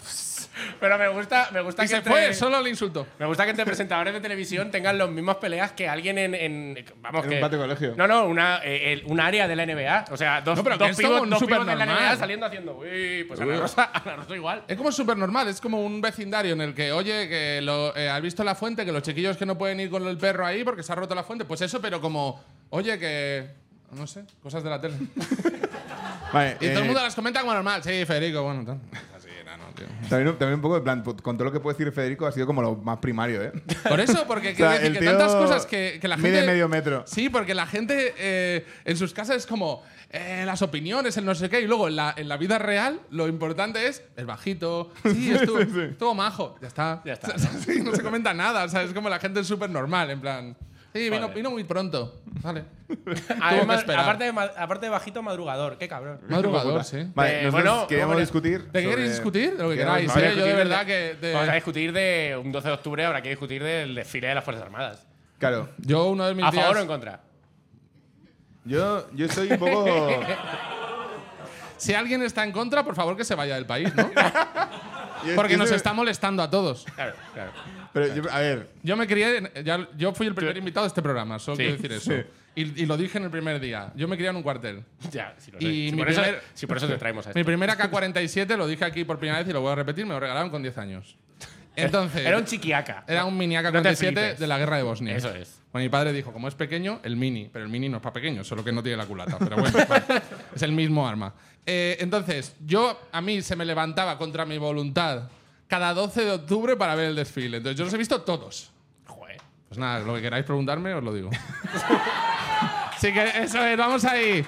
A: Pero me gusta, me gusta
D: Y
A: que
D: se
A: entre-
D: fue, solo le insultó.
A: Me gusta que entre presentadores de televisión tengan las mismas peleas que alguien en. en- vamos,
B: En un
A: que,
B: patio de colegio.
A: No, no, una, eh, el- un área de la NBA. O sea, dos,
D: No, pero que
A: dos
D: es
A: pibos,
D: todo un
A: dos pibos de la
D: supernormal.
A: NBA saliendo haciendo. Uy, pues Ana Rosa, Ana Rosa igual.
D: Es como súper normal, es como un vecindario en el que, oye, que lo, eh, has visto la fuente, que los chiquillos que no pueden ir con el perro ahí porque se ha roto la fuente. Pues eso, pero como, oye, que. No sé, cosas de la tele.
B: Vale,
D: Y todo
B: eh,
D: el mundo las comenta como normal. Sí, Federico, bueno, tal. Así, enano, tío.
B: también, también un poco, en plan, con todo lo que puede decir Federico, ha sido como lo más primario, ¿eh?
D: Por eso, porque
B: sea,
D: quiero decir
B: el
D: que
B: tío
D: tantas cosas que, que la
B: mide
D: gente.
B: medio metro.
D: Sí, porque la gente eh, en sus casas es como eh, las opiniones, el no sé qué, y luego en la, en la vida real lo importante es el bajito. Sí, estuvo, estuvo majo, ya está.
A: Ya está,
D: O sea, sí, no se comenta nada, o sea, es como la gente es súper normal, en plan. Sí, vino,
A: Vale.
D: vino muy pronto. Vale. Tuvo que
A: Además,
D: esperar.
A: aparte, de, ma- aparte de bajito, madrugador. Qué cabrón.
D: Madrugador, sí.
B: Vale,
A: Eh,
B: nosotros
A: bueno,
B: queríamos
A: vamos a-
B: discutir.
D: ¿De qué
B: sobre-
D: queréis discutir? De lo que
B: queríamos-
D: queráis,
B: vale,
D: ¿eh? Yo de verdad que. de-
A: Vamos a discutir de un 12 de octubre, habrá que discutir del desfile de las Fuerzas Armadas.
B: Claro,
D: yo uno de mis
A: ¿A
D: días.
A: favor o en contra?
B: yo, yo estoy un poco.
D: Si alguien está en contra, por favor que se vaya del país, ¿no?
B: yo-
D: Porque
B: yo
D: nos
B: estoy-
D: está molestando a todos.
A: Claro, claro.
B: Pero yo- a ver,
D: Yo me crié. en- ya- yo fui el primer invitado de este programa, solo
A: Sí.
D: quiero decir eso. Y, y lo dije en el primer día. Yo me crié en un cuartel.
A: Ya, si lo sé.
D: Y
A: Si
D: mi
A: por, eso,
D: primer-
A: si por eso te traemos a
D: Mi
A: esto.
D: primera K-47 lo dije aquí por primera vez y lo voy a repetir, me lo regalaron con 10 años. Entonces.
A: Era un chiquiaca.
D: Era un mini
A: No te
D: AK-47
A: flipes.
D: de la guerra de Bosnia.
A: Eso es.
D: Bueno, mi padre dijo, como es pequeño, el mini. Pero el mini no es para pequeño, solo que no tiene la culata. Pero bueno, vale. es el mismo arma. Eh, entonces, yo, a mí se me levantaba contra mi voluntad cada 12 de octubre para ver el desfile. Entonces, yo los he visto todos.
A: Joder.
D: Pues nada, lo que queráis preguntarme os lo digo. Así que eso es, vamos ahí.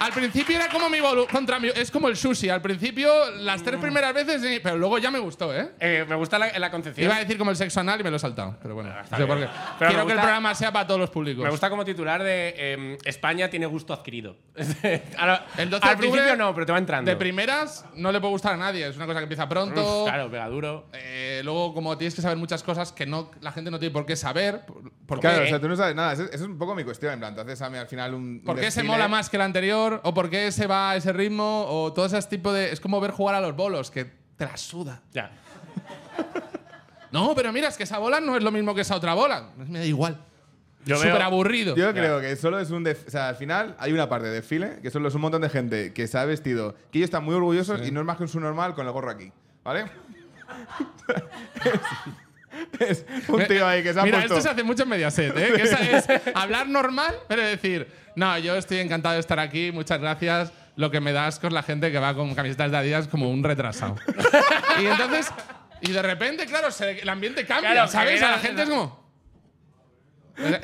D: Al principio era como mi volu- contra mi, es como el sushi. Al principio las tres primeras veces, sí, pero luego ya me gustó, ¿eh?
A: Eh, me gusta la, la concepción.
D: Iba a decir como el sexo anal y me lo he saltado, pero bueno.
A: está
D: no sé
A: bien.
D: por qué.
A: Pero me
D: Quiero que el
A: gusta-
D: programa sea para todos los públicos.
A: Me gusta como titular de eh, España tiene gusto adquirido. Ahora-
D: El 12
A: al
D: de octubre,
A: principio no, pero te va entrando.
D: De primeras no le puede gustar a nadie, es una cosa que empieza pronto.
A: Uf, claro, pega duro.
D: Eh, luego como tienes que saber muchas cosas que no la gente no tiene por qué saber, por- porque
B: claro,
A: Eh,
B: o sea, tú no sabes nada. Eso, eso es un poco mi cuestión, en plan. Entonces, a mí al final un.
D: ¿Por qué se
B: desfile-
D: mola más que el anterior? ¿O por qué se va a ese ritmo? O todo ese tipo de. Es como ver jugar a los bolos, que te la suda.
A: Ya.
D: No, pero mira, es que esa bola no es lo mismo que esa otra bola. Me da igual.
A: Yo
D: Súper
A: veo-
D: aburrido.
B: Yo creo que solo es un. def- O sea, al final hay una parte de desfile que solo es un montón de gente que se ha vestido, que ellos están muy orgullosos y no es más que un subnormal con el gorro aquí. ¿Vale? es, es un tío ahí que se ha
D: Mira,
B: puesto.
D: esto se hace mucho en Mediaset, ¿eh? Que esa es hablar normal, pero decir, no, yo estoy encantado de estar aquí, muchas gracias. Lo que me da asco es la gente que va con camisetas de Adidas como un retrasado. y entonces, y de repente, claro, se- el ambiente cambia,
A: Claro,
D: ¿sabes?
A: que
D: A la
A: era-
D: gente es como.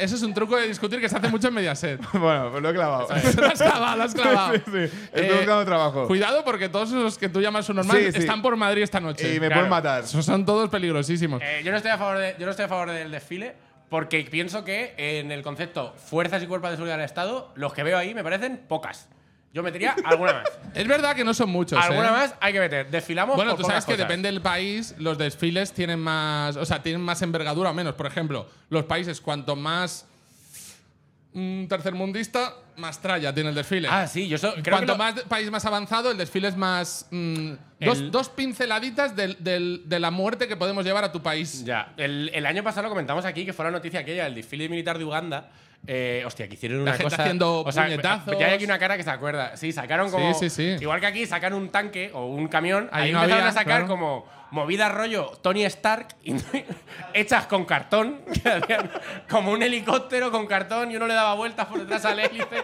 D: Eso es un truco de discutir que se hace mucho en Mediaset.
B: bueno, pues lo he clavado.
D: lo has clavado, lo has clavado. Eh,
B: Sí, sí. Estoy buscando trabajo.
D: Cuidado porque todos los que tú llamas un normal
B: Sí, sí.
D: están por Madrid esta noche.
B: y me
A: claro.
B: pueden matar.
D: Esos son todos peligrosísimos.
A: Eh, yo, no estoy a favor de- yo no estoy a favor del desfile porque pienso que en el concepto fuerzas y cuerpos de seguridad del Estado, los que veo ahí me parecen pocas. Yo metería alguna más.
D: Es verdad que no son muchos. ¿eh?
A: alguna más hay que meter. Desfilamos
D: Bueno,
A: por
D: tú
A: pocas
D: sabes que
A: cosas.
D: depende del país, los desfiles tienen más, o sea, tienen más envergadura o menos. Por ejemplo, los países cuanto más mm, tercermundista, más tralla tiene el desfile.
A: Ah, sí, yo so- creo que
D: Cuanto
A: lo-
D: más de- país más avanzado, el desfile es más. mm,
A: El-
D: dos, dos pinceladitas del- del- de la muerte que podemos llevar a tu país.
A: Ya, el, el año pasado lo comentamos aquí, que fue la noticia aquella, el desfile militar de Uganda. Eh, hostia, que hicieron una
D: gente
A: cosa.
D: haciendo
A: o sea,
D: puñetazos.
A: Ya hay aquí una cara que se acuerda. Sí, sacaron como.
D: Sí, sí, sí.
A: Igual que aquí sacan un tanque o un camión.
D: Ahí
A: Ahí,
D: no
A: empezaron
D: había,
A: a sacar
D: claro.
A: como movidas rollo Tony Stark y- hechas con cartón. que hacían como un helicóptero con cartón y uno le daba vueltas por detrás al hélice.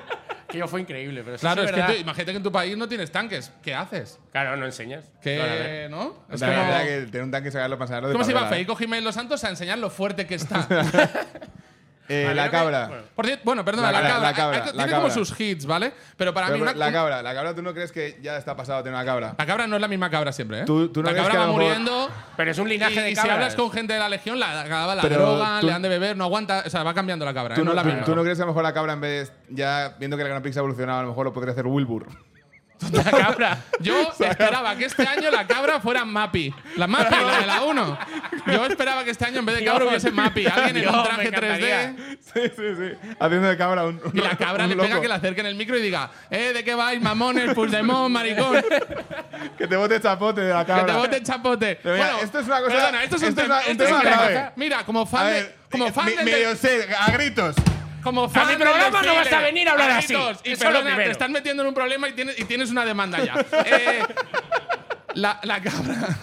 A: Que yo fue increíble, pero sí,
D: Claro,
A: sí,
D: es que
A: verdad.
D: tú- imagínate que en tu país no tienes tanques. ¿Qué haces?
A: Claro, no enseñas. Claro, a ver.
D: ¿Qué, ¿No? Es
B: la
D: como-
B: verdad que tener un tanque y sacarlo para sacarlo de
D: ¿Cómo se iba
B: pavela,
D: Federico Jiménez Los Santos a enseñar lo fuerte que está?
B: ¿eh? Eh,
A: Vale,
B: la
A: ok,
B: cabra.
A: bueno.
D: Por cierto, bueno, perdona, la,
B: La- la-
D: cabra.
B: la cabra,
D: Hay- hay-
B: la
D: tiene como
B: cabra.
D: sus hits, ¿vale? Pero para
B: Pero,
D: mí una,
B: pero, la cabra, la cabra, tú no crees que ya está pasado tener una cabra.
D: la cabra no es la misma cabra siempre, ¿eh?
B: Tú- tú no
D: la
B: crees
D: cabra
B: que a
D: va
B: lo mejor-
D: muriendo.
A: Pero es un
D: Y,
A: linaje de
D: y si
A: cabras.
D: hablas con gente de la legión, la cabra la
B: Pero
D: droga,
B: tú-
D: le dan de beber, no aguanta. O sea, va cambiando la cabra. ¿eh?
B: ¿Tú no,
D: No es la
B: tú-
D: misma.
B: tú no crees que a lo mejor la cabra, en vez de ya viendo que el Gran Prix ha evolucionado, a lo mejor lo podría hacer Wilbur?
A: la cabra.
D: Yo esperaba que este año la cabra fuera Mappy. La Mappy, la de la 1. Yo esperaba que este año en vez de cabra
A: Dios.
D: hubiese Mappy. Alguien en
A: Dios,
D: un
A: me
D: traje
A: encantaría.
D: 3D.
B: sí, sí, sí. Haciendo de cabra un.
D: Y la cabra le pega que le acerquen el micro y diga, ¿eh? ¿De qué vais, mamones, pulsemón, maricón?
B: Que te bote chapote de la
D: Que
B: cabra.
D: te bote el chapote.
B: Pero mira, esto es una cosa-
D: Perdona, esto es un
B: esto es
D: tema.
B: una- un
D: esto es
B: tema
D: una
B: grave.
D: cosa. Mira, como
B: A
D: fan, de-
B: ver,
D: como
B: eh,
D: fan
B: mi-
D: del.
B: medio sé, a gritos.
D: como fan
A: mi
D: del
A: programa no
D: desfile.
A: vas a venir a hablar así.
D: Carlitos,
A: Eso
D: Y
A: es lo
D: perdona, te
A: primero.
D: estás metiendo en un problema y tienes, y tienes una demanda ya. Eh, la, la cabra.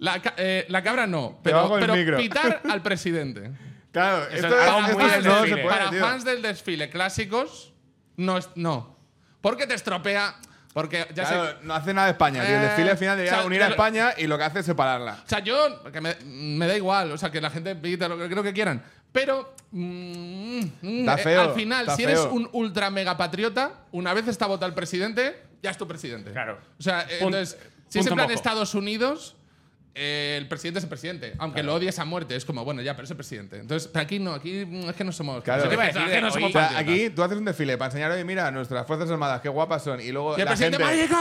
D: La, ca- eh, la cabra no, pero,
B: bajo el
D: pero
B: micro.
D: pitar al presidente.
B: Claro, esto,
A: es algo
B: es-
A: muy
B: esto
A: del
B: no se
A: desfile.
B: puede.
D: para
B: tío.
D: fans del desfile clásicos, no. es- no. Porque te estropea. Porque ya sé.
B: Claro, no hace nada España. tío. El
D: Eh,
B: desfile al final debería
D: o sea,
B: unir a
D: claro.
B: España y lo que hace es separarla.
D: O sea, yo que me, me da igual, o sea, que la gente pita lo que creo que quieran. Pero mm, mm,
B: Está
D: eh,
B: feo,
D: al final,
B: está
D: si eres
B: feo.
D: un ultra mega patriota, una vez está votado el presidente, ya es tu presidente.
A: Claro.
D: O sea, eh,
A: Pun-
D: entonces, si es
A: punto
D: en plan
A: moco.
D: Estados Unidos, eh, el presidente es el presidente. Aunque lo odies a muerte, es como, bueno, ya, pero es el presidente. Entonces, pero aquí no, aquí mm, es que no somos.
B: Claro. Yo
D: no
B: te
A: iba a
D: somos-
A: decir
D: es que
A: de
D: no
A: hoy-
D: somos
B: O sea,
D: patriotas.
B: aquí tú haces un desfile para enseñar, oye, mira, nuestras Fuerzas Armadas, qué guapas son. Y luego
D: Y el
B: la
D: presidente,
B: gente…
D: "Marico,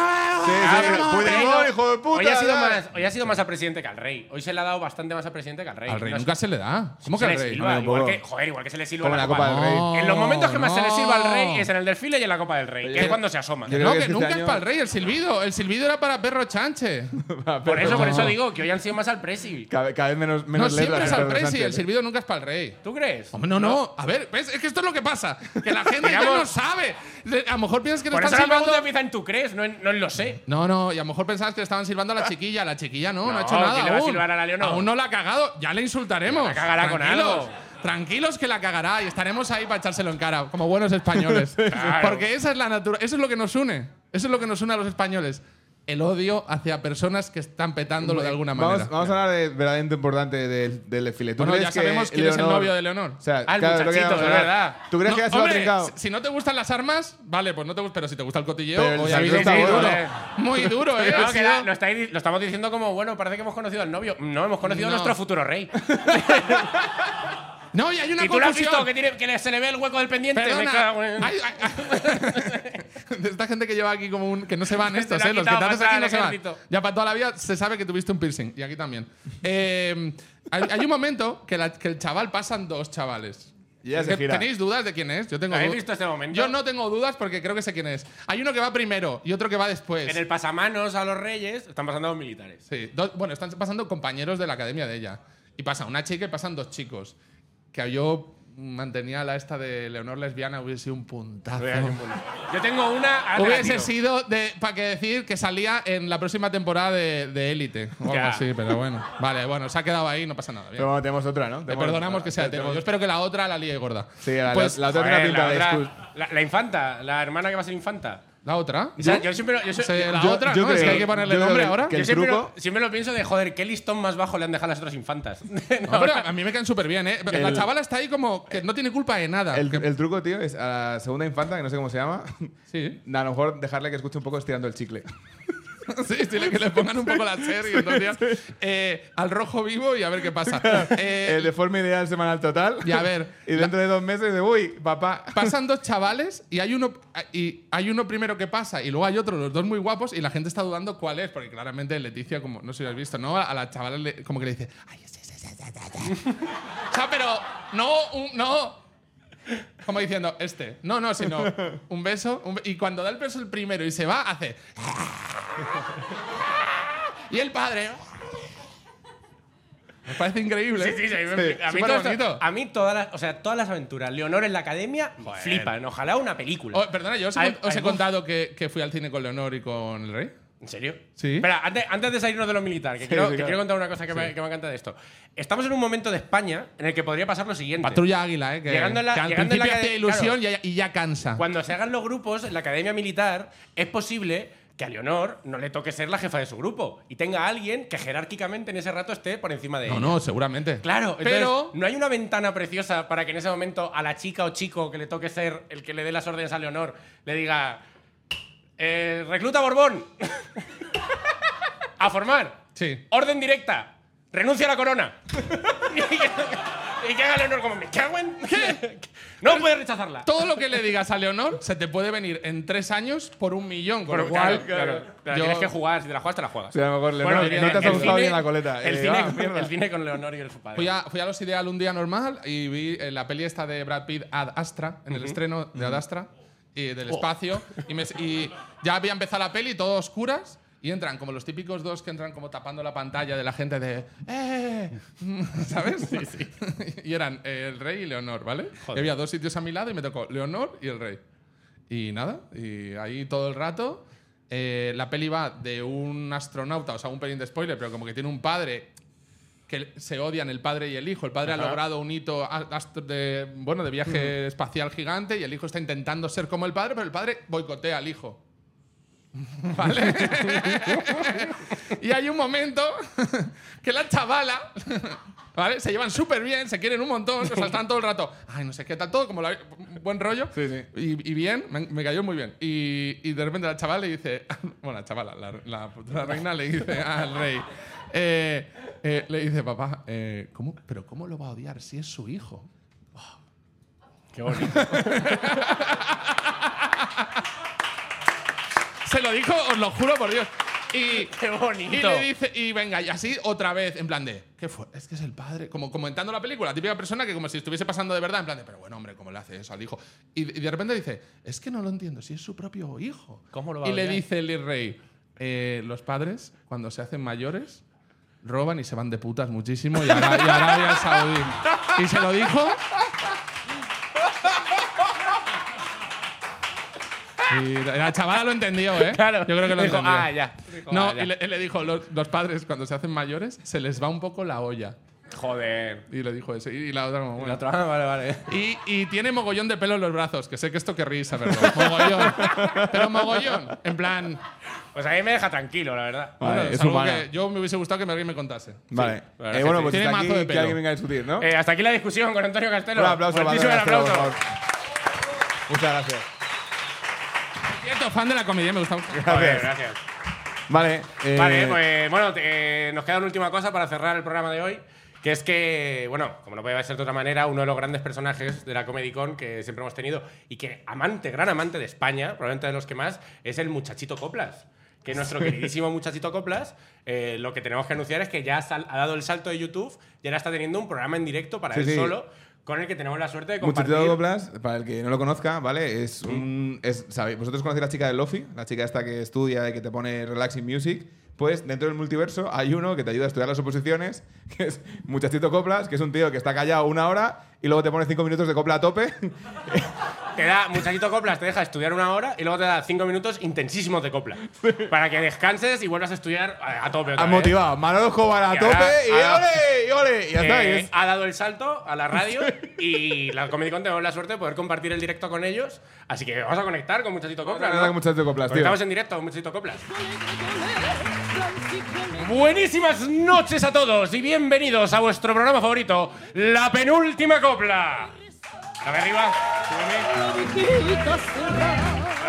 B: Sí,
A: Ah,
B: sí,
D: vamos".
B: sí. Puigdemont, hijo de puta.
A: Hoy ha, sido
B: tal.
A: más, hoy ha sido más a presidente que al rey. Hoy se le ha dado bastante más a presidente que al rey.
D: Al rey
A: No
D: nunca se le da. ¿Cómo que
A: se
D: al
A: le
D: rey?
A: silba,
B: Hombre, un
A: igual
B: poco.
A: que, joder, igual que se le silba
B: Como
A: la
B: la
A: copa.
B: Copa del Rey.
A: En los momentos que más se le silba al rey
D: no.
A: es en el desfile y en la copa del rey.
B: Oye,
A: que es
B: yo-
A: cuando se asoma.
B: yo creo
D: No,
B: que
D: que,
B: este
D: nunca es
B: año-
D: para el rey el silbido. El silbido era para perro chanche.
A: Por eso, por
D: No.
A: eso digo que hoy han sido más al presi.
B: Cada, cada vez menos,
D: no
B: menos
D: siempre
B: letras.
D: es al
B: pero
D: presi, el
B: Sánchez.
D: silbido nunca es para el rey.
A: ¿Tú crees?
D: Hombre, no, no. A ver, ¿ves? es que esto es lo que pasa. Que la gente ya
A: Digamos-
D: no sabe. Le- A lo mejor piensas que le
A: Por eso
D: están
A: la
D: silbando.
A: pregunta empieza en tú crees, no en, no en lo sé.
D: No, no, y a lo mejor pensabas que le estaban silbando a la chiquilla. La chiquilla no, no,
A: No,
D: ha hecho nada.
A: ¿quién le va a
D: aún.
A: silbar a la Leonor?
D: Aún no la ha cagado. Ya le insultaremos.
A: La cagará con
D: Tranquilos.
A: algo.
D: Tranquilos que la cagará y estaremos ahí para echárselo en cara, como buenos españoles.
A: Claro.
D: Porque esa es la natura, eso es lo que nos une. Eso es lo que nos une a los españoles. El odio hacia personas que están petándolo de alguna manera.
B: Vamos, vamos a hablar de verdaderamente importante del, del desfile. ¿Tú
D: Bueno,
B: crees
D: ya
B: que
D: sabemos quién es el novio de Leonor.
B: O sea,
A: Ah, el
B: claro, es lo que
A: muchachito,
B: íbamos a
A: de
B: hablar.
A: verdad.
B: ¿Tú crees
D: No,
B: que ha sido
D: hombre,
B: trincado?
D: si- Si no te gustan las armas, vale, pues no te gusta. Pero si te gusta el cotilleo,
B: Pero el
D: hoy ha habido
B: salseo
D: muy
B: está
D: duro.
A: bueno,
D: Muy duro, ¿eh?
A: Claro
D: Ha
A: que
D: sido-
A: da- lo, estáis- lo estamos diciendo como, bueno, parece que hemos conocido al novio. No, hemos conocido a
D: No.
A: nuestro futuro rey.
D: No, y hay una
A: y tú lo has
D: confusión.
A: visto que, tiene- que se le ve el hueco del pendiente. Me
D: Perdona.
A: cago en-
D: Ay, ay, ay. De esta gente que lleva aquí como un. que no se van
A: Se
D: estos,
A: lo ha
D: ¿eh? Los
A: quitado
D: guitarras
A: para
D: aquí
A: el
D: no se van.
A: ejército.
D: Ya para toda la vida se sabe que tuviste un piercing. Y aquí también. Eh, hay, hay un momento que, la- que el chaval pasan dos chavales.
B: Y ya
D: Es
B: se
D: que
B: gira.
D: ¿Tenéis dudas de quién es? Yo tengo
A: ¿Habéis
D: du-
A: visto este momento?
D: Yo no tengo dudas porque creo que sé quién es. Hay uno que va primero y otro que va después.
A: En el pasamanos a los reyes están pasando los militares.
D: Sí, dos- bueno, están pasando compañeros de la academia de ella. Y pasa una chica y pasan dos chicos. Que yo mantenía la esta de Leonor lesbiana, hubiese sido un puntazo.
A: Yo tengo una. ahora te la
D: Hubiese
A: tiro.
D: sido de, para que decir que salía en la próxima temporada de de Élite. o algo
A: Ya.
D: así, pero bueno. Vale, bueno, se ha quedado ahí, no pasa nada. bien.
B: Pero bueno, tenemos otra, ¿no?
D: Le
B: Tenemos-
D: perdonamos que sea hetero.
B: tenemos-
D: Yo espero que la otra la líe gorda.
B: Sí, la,
D: Pues,
B: la, la otra
A: Joder,
B: tiene una pinta
A: la,
B: de...
A: otra- la- la infanta, la hermana que va a ser infanta.
D: ¿La otra?
A: O sea, yo siempre, yo
D: O
A: se-
D: sea, la
B: yo-
D: otra,
B: yo
D: ¿no? es que
B: creo-
D: hay que ponerle
B: yo creo
D: nombre
B: que-
D: ahora.
B: que
A: yo
B: el
A: siempre,
B: truco-
A: siempre lo pienso de joder, qué listón más bajo le han dejado a las otras infantas.
D: No, pero a mí me caen súper bien, ¿eh? Pero la
B: El-
D: chavala está ahí como que no tiene culpa de nada.
B: El,
D: Que-
B: el truco, tío, es a la segunda infanta, que no sé cómo se llama,
D: sí.
B: a lo mejor dejarle que escuche un poco estirando el chicle.
D: Sí, sí, que le pongan un poco la serie. entonces, eh, al rojo vivo y a ver qué pasa. Eh,
B: Eh, de forma ideal semanal total.
D: y a ver,
B: y dentro de dos meses de, uy, papá.
D: pasan dos chavales y hay uno y hay uno primero que pasa y luego hay otro, los dos muy guapos y la gente está dudando cuál es, porque claramente Leticia como no sé si lo has visto, ¿no? A la chavala le- como que le dice, "Ay, sí, sí, sí, sí, sí, sí". o sea, pero no un- no Como diciendo, este. No, no, sino un beso. un be- y cuando da el beso el primero y se va, hace. y el padre. Me parece increíble.
A: Sí,
D: ¿eh?
A: sí, sí. A mí,
D: súper
A: todo esto-
D: bonito.
A: a mí todas las, o sea, todas las aventuras, Leonor en la academia, me
D: Joder.
A: flipan. Ojalá una película.
D: Oh, perdona, yo os he,
A: Hay-
D: cont- os he
A: hay-
D: contado que, que fui al cine con Leonor y con el rey.
A: ¿En serio?
D: Sí.
A: Espera, antes, antes de salirnos de lo militar, que, quiero,
B: sí,
A: que
B: claro.
A: quiero contar una cosa que, me, que me encanta de esto. Estamos en un momento de España en el que podría pasar lo siguiente.
D: Patrulla Águila, ¿eh? Que,
A: Llegando en la-
D: que al
A: llegando en la
D: principio hace
A: calle-
D: ilusión y, ya, y ya cansa.
A: Cuando se hagan los grupos en la academia militar, es posible que a Leonor no le toque ser la jefa de su grupo y tenga a alguien que jerárquicamente en ese rato esté por encima de ella.
D: No, no, seguramente.
A: Claro, pero
D: pero.
A: no hay una ventana preciosa para que en ese momento a la chica o chico que le toque ser el que le dé las órdenes a Leonor le diga eh, recluta Borbón a formar
D: Sí.
A: orden directa renuncia a la corona y, que, y que haga Leonor como me cago en no puedes rechazarla
D: Todo lo que le digas a Leonor se te puede venir en tres años por un millón. Con
A: Pero
D: lo cual,
A: claro, claro. Te la
D: yo-
A: tienes que jugar, si te la juegas, te la juegas.
B: Sí, a lo mejor, Leonor,
A: diría,
D: no te has
A: el
D: ajustado
B: bien la coleta.
A: El,
B: Eh,
A: cine
B: ah,
A: con,
B: mierda.
A: el cine con Leonor y el su padre.
D: Fui a, fui a los Ideal un día normal y vi eh, la peli esta de Brad Pitt Ad Astra, en el estreno de Ad Astra, y del espacio. Y, me- y ya había empezado la peli, todo a oscuras, y entran como los típicos dos que entran como tapando la pantalla de la gente de. ¡Eh! ¿Sabes? y eran eh, el rey y Leonor, ¿vale? Y había dos sitios a mi lado y me tocó Leonor y el rey. Y nada, y ahí todo el rato. eh, la peli va de un astronauta, o sea, un pelín de spoiler, pero como que tiene un padre que se odian el padre y el hijo. El padre ha logrado un hito a- astro- de, bueno, de viaje espacial gigante y el hijo está intentando ser como el padre, pero el padre boicotea al hijo. ¿Vale? y hay un momento que la chavala, ¿vale? Se llevan súper bien, se quieren un montón, o sea, están todo el rato, ay, no sé qué, está todo como la- buen rollo.
B: Sí, sí.
D: Y, y bien, me, me cayó muy bien. Y, y de repente la chavala le dice, bueno, la chavala, la, la futura reina le dice al rey, eh, eh, le dice, papá, eh, ¿cómo, pero ¿cómo lo va a odiar si es su hijo?
A: Qué bonito.
D: Se lo dijo, os lo juro por Dios. Y,
A: Qué bonito.
D: y le dice, y venga, y así otra vez, en plan de, ¿qué fue? Es que es el padre. Como comentando la película, la típica persona que como si estuviese pasando de verdad, en plan de, pero bueno, hombre, ¿cómo le hace eso al hijo? Y, y de repente dice, es que no lo entiendo, si es su propio hijo.
A: ¿Cómo lo va a
D: Y le
A: odiar?
D: dice el rey, eh, los padres, cuando se hacen mayores, roban y se van de putas muchísimo y, Ara- y Arabia Saudí. Y se lo dijo. Y la chavala lo entendió, ¿eh?
A: Claro.
D: Yo creo que lo
A: Dijo,
D: entendió.
A: "Ah, ya". Dijo,
D: no,
A: "Ah, ya".
D: y le, él le dijo, los, los padres cuando se hacen mayores se les va un poco la olla.
A: Joder.
D: Y le dijo eso. Y, y la otra como,
A: La
D: bueno.
A: otra- ah, vale, vale.
D: Y, y tiene mogollón de pelo en los brazos, que sé que esto querréis saberlo. Mogollón. Pero mogollón. En plan,
A: Pues a mí me deja tranquilo, la verdad.
B: Vale,
D: bueno,
B: es
D: algo
B: humana.
D: que yo me hubiese gustado que alguien me contase.
B: Vale.
A: la verdad
B: Eh, bueno,
A: que
B: pues
D: sí. Tiene
B: está
D: mazo
B: aquí
D: de
B: que
D: pelo.
B: alguien venga a discutir, ¿no?
A: Eh, hasta aquí la discusión con Antonio Castelo.
B: un aplauso para
A: Fuertísimo el
B: Castelo, por
A: aplauso.
B: favor. Muchas gracias.
D: Cierto, fan de la comedia, me gusta mucho.
A: Joder,
B: Gracias.
A: gracias.
B: Vale. eh,
A: Vale, pues bueno, te- eh, nos queda una última cosa para cerrar el programa de hoy. Que es que, bueno, como no podía ser de otra manera, uno de los grandes personajes de la Comedy Con que siempre hemos tenido y que amante, gran amante de España, probablemente de los que más, es el muchachito Coplas. Que nuestro queridísimo muchachito Coplas, eh, lo que tenemos que anunciar es que ya sal- ha dado el salto de YouTube y ahora está teniendo un programa en directo para
B: Sí,
A: él
B: sí.
A: solo, con el que tenemos la suerte de compartir.
B: Muchachito Coplas, para el que no lo conozca, ¿vale? Es un. es- ¿sabéis? Vosotros conocéis a la chica del Lofi, la chica esta que estudia y que te pone relaxing music. Pues dentro del multiverso hay uno que te ayuda a estudiar las oposiciones, que es Muchachito Coplas, que es un tío que está callado una hora y luego te pone cinco minutos de copla a tope.
A: Te da, muchachito coplas, te deja estudiar una hora y luego te da cinco minutos intensísimos de copla. Para que descanses y vuelvas a estudiar a, a tope. otra
B: Ha
A: vez.
B: motivado. Manolo Escobar
A: Y
B: a
A: ahora-
B: tope y
A: ahora-
B: ole, y ole. Y ya está. y
A: Eh,
B: es-
A: ha dado el salto a la radio y la Comedy Con tenemos la suerte de poder compartir el directo con ellos. Así que vamos a conectar con Muchachito Coplas.
B: conectar
A: ¿no?
B: con Muchachito Coplas, tío.
A: Conectamos en directo con Muchachito Coplas. Buenísimas noches a todos y bienvenidos a vuestro programa favorito, La Penúltima Copla. A ver, arriba. súbeme.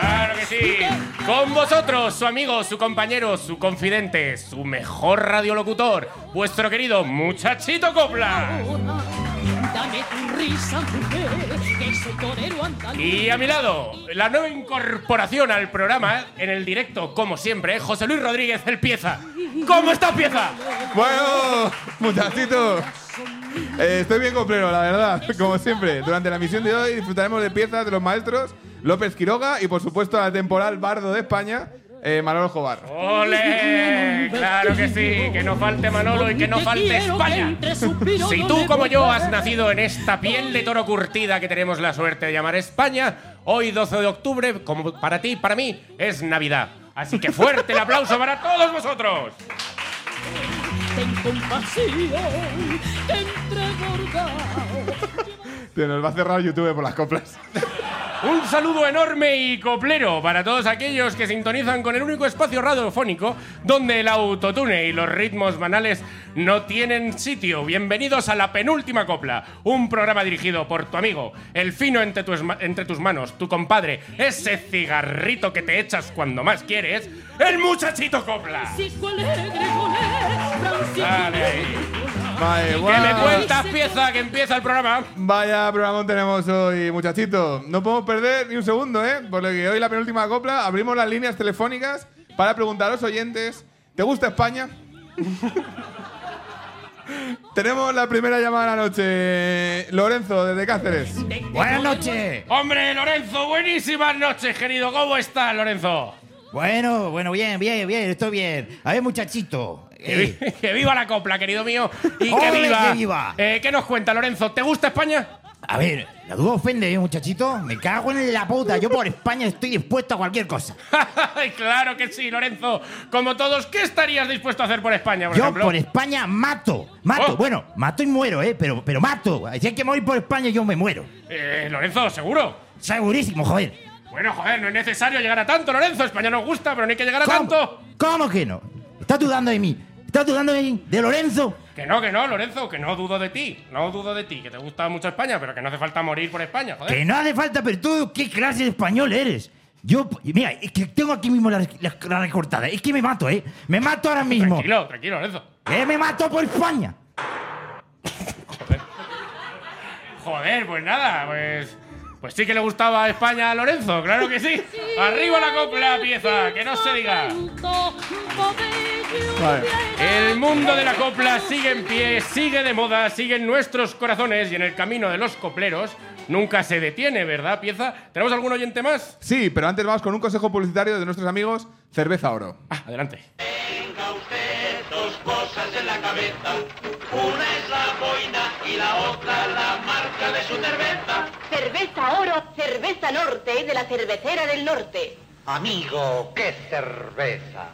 A: Claro que sí. Con vosotros, su amigo, su compañero, su confidente, su mejor radiolocutor, vuestro querido Muchachito Copla.
E: Dame tu risa, mujer, que soy torero andaluz.
A: Y a mi lado, la nueva incorporación al programa en el directo, como siempre, José Luis Rodríguez, el pieza. ¿Cómo está pieza?
B: Bueno, muchachito. Eh, estoy bien complero, la verdad, como siempre. Durante la misión de hoy disfrutaremos de piezas de los maestros López Quiroga y, por supuesto, la temporal Bardo de España, eh, Manolo Jobar.
A: ¡Ole! Claro que sí, que no falte Manolo y que no falte España. Si tú como yo has nacido en esta piel de toro curtida que tenemos la suerte de llamar España, hoy 12 de octubre, como para ti y para mí, es Navidad. Así que fuerte el aplauso para todos vosotros.
E: Ten compasión, te entregorgao.
B: Tío, nos va a cerrar YouTube por las coplas.
A: Un saludo enorme y coplero para todos aquellos que sintonizan con el único espacio radiofónico donde el autotune y los ritmos banales no tienen sitio. Bienvenidos a la penúltima copla, un programa dirigido por tu amigo, el fino entre tus, ma- entre tus manos, tu compadre, ese cigarrito que te echas cuando más quieres, el muchachito copla.
E: Francisco Alegre, Golé, Francisco
A: Dale ahí.
B: Vale,
A: Que
B: guau.
A: me cuentas pieza que empieza el programa.
B: Vaya programón tenemos hoy, muchachito. No podemos perder ni un segundo, ¿eh? Porque hoy la penúltima copla abrimos las líneas telefónicas para preguntar a los oyentes, ¿te gusta España? Tenemos la primera llamada de la noche. Lorenzo, desde Cáceres.
F: Buenas noches.
A: Hombre, Lorenzo, buenísimas noches, querido. ¿Cómo estás, Lorenzo?
F: Bueno, bueno, bien, bien, bien, estoy bien. A ver, muchachito.
A: Que,
F: eh,
A: vi- que viva la copla, querido mío. Y que
F: ¡Ole,
A: viva.
F: que viva!
A: Eh, ¿Qué nos cuenta, Lorenzo? ¿Te gusta España?
F: a ver, la duda ofende, ¿eh, muchachito? Me cago en la puta. Yo por España estoy dispuesto a cualquier cosa.
A: Ay, claro que sí, Lorenzo. Como todos, ¿qué estarías dispuesto a hacer por España, por
F: Yo
A: ejemplo?
F: por España mato. Mato.
A: Oh.
F: Bueno, mato y muero, ¿eh? Pero, pero mato. Si hay que morir por España, yo me muero.
A: Eh, Lorenzo, seguro.
F: Segurísimo, joder.
A: Bueno, joder, no es necesario llegar a tanto, Lorenzo. España nos gusta, pero no hay que llegar a tanto.
F: ¿Cómo que no? ¿Estás dudando de mí? ¿Estás dudando de mí? ¿De Lorenzo?
A: Que no, que no, Lorenzo, que no dudo de ti. No dudo de ti, que te gusta mucho España, pero que no hace falta morir por España, joder.
F: Que no hace falta, pero tú, ¿qué clase de español eres? Yo, mira, es que tengo aquí mismo la, la- la recortada. Es que me mato, ¿eh? Me mato ahora mismo.
A: Tranquilo, tranquilo, Lorenzo.
F: ¡Eh, me mato por España!
A: Joder, pues nada, pues. Pues sí que le gustaba España a Lorenzo, claro que sí. Arriba la copla, pieza, que no se diga.
B: Vale.
A: El mundo de la copla sigue en pie, sigue de moda, sigue en nuestros corazones y en el camino de los copleros nunca se detiene, ¿verdad, pieza? ¿Tenemos algún oyente más?
B: Sí, pero antes vamos con un consejo publicitario de nuestros amigos Cerveza Oro.
A: Ah, adelante.
G: Tenga usted dos cosas en la cabeza. Una es la boina y la otra la marca de su cerveza.
H: Cerveza Oro, cerveza norte de la cervecera del norte.
G: Amigo, ¿qué cerveza?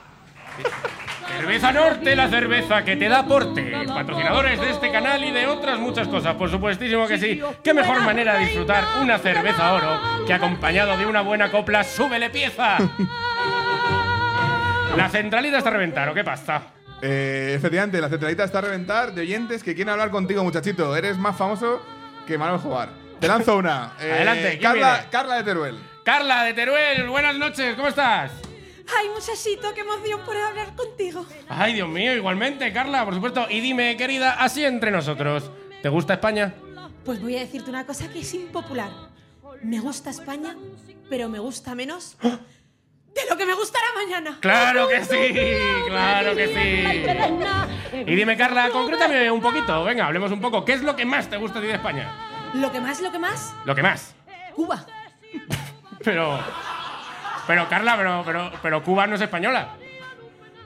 A: Cerveza Norte, la cerveza que te da porte. Patrocinadores de este canal y de otras muchas cosas, por supuestísimo que sí. Qué mejor manera de disfrutar una cerveza oro que acompañado de una buena copla, súbele pieza. La centralita está a reventar, ¿o qué pasa?
B: Eh, efectivamente, la centralita está a reventar de oyentes que quieren hablar contigo, muchachito. Eres más famoso que Manuel Jobar. Te lanzo una. Eh,
A: Adelante, ¿quién
B: Carla,
A: viene?
B: Carla de Teruel.
A: Carla de Teruel, buenas noches, ¿cómo estás?
I: Ay, muchachito, qué emoción poder hablar contigo.
A: Ay, Dios mío, igualmente, Carla, por supuesto. Y dime, querida, así entre nosotros, ¿te gusta España?
I: Pues voy a decirte una cosa que es impopular. Me gusta España, pero me gusta menos de lo que me gustará mañana.
A: Claro que sí, claro que sí. Y dime, Carla, concrétame un poquito, venga, hablemos un poco. ¿Qué es lo que más te gusta a ti de España?
I: Lo que más, lo que más,
A: Lo que más.
I: Cuba.
A: Pero. Pero, Carla, pero, pero, pero Cuba no es española.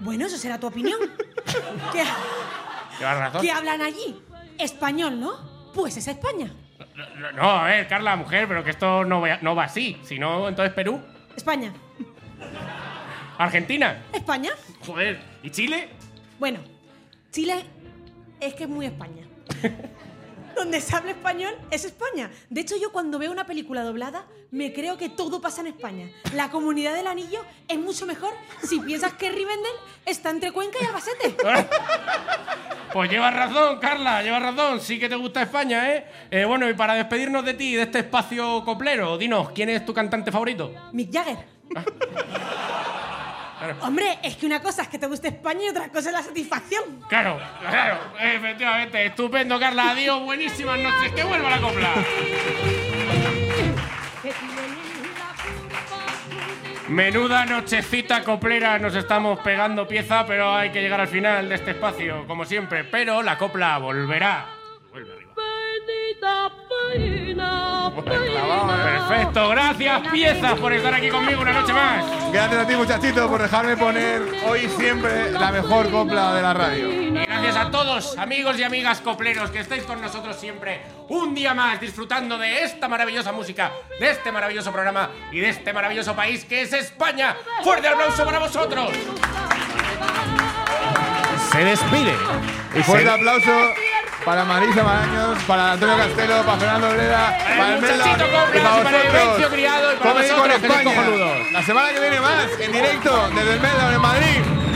I: Bueno, eso será tu opinión. ¿Qué,
A: Llevas razón.
I: qué hablan allí? Español, ¿no? Pues es España.
A: No, No, a ver, Carla, mujer, pero que esto no va, no va así. Si no, entonces Perú,
I: España.
A: Argentina.
I: España.
A: Joder, ¿y Chile?
I: Bueno, Chile es que es muy España. Donde se habla español es España. De hecho, yo cuando veo una película doblada, me creo que todo pasa en España. La comunidad del anillo es mucho mejor si piensas que Rivendell está entre Cuenca y Albacete.
A: Pues llevas razón, Carla, llevas razón. Sí que te gusta España, ¿eh? Eh, Bueno, y para despedirnos de ti, de este espacio coplero, dinos, ¿quién es tu cantante favorito?
I: Mick Jagger. Hombre, es que una cosa es que te guste España y otra cosa es la satisfacción.
A: Claro, claro, efectivamente. Estupendo, Carla. Adiós, buenísimas noches. Que vuelva la copla. Menuda nochecita coplera nos estamos pegando pieza, pero hay que llegar al final de este espacio, como siempre. Pero la copla volverá. Vuelve arriba.
E: Paina, paina, paina.
A: Perfecto, gracias piezas por estar aquí conmigo una noche más.
B: Gracias a ti, muchachito, por dejarme poner hoy y siempre la mejor copla de la radio.
A: Y gracias a todos, amigos y amigas copleros, que estáis con nosotros siempre un día más disfrutando de esta maravillosa música, de este maravilloso programa y de este maravilloso país que es España. ¡Fuerte aplauso para vosotros!
J: Se despide.
B: Y fuerte aplauso para Marisa Maraños, para Antonio Castelo, para Fernando Obrera, para el Mela
A: Eh, muchachito Coplas,
B: y para
A: y para el Vencio
B: vosotros.
A: Criado y para
B: Comen
A: vosotros,
B: con
A: que sois
B: España.
A: cojonudos.
B: La semana que viene más, en directo, desde el Mela en Madrid.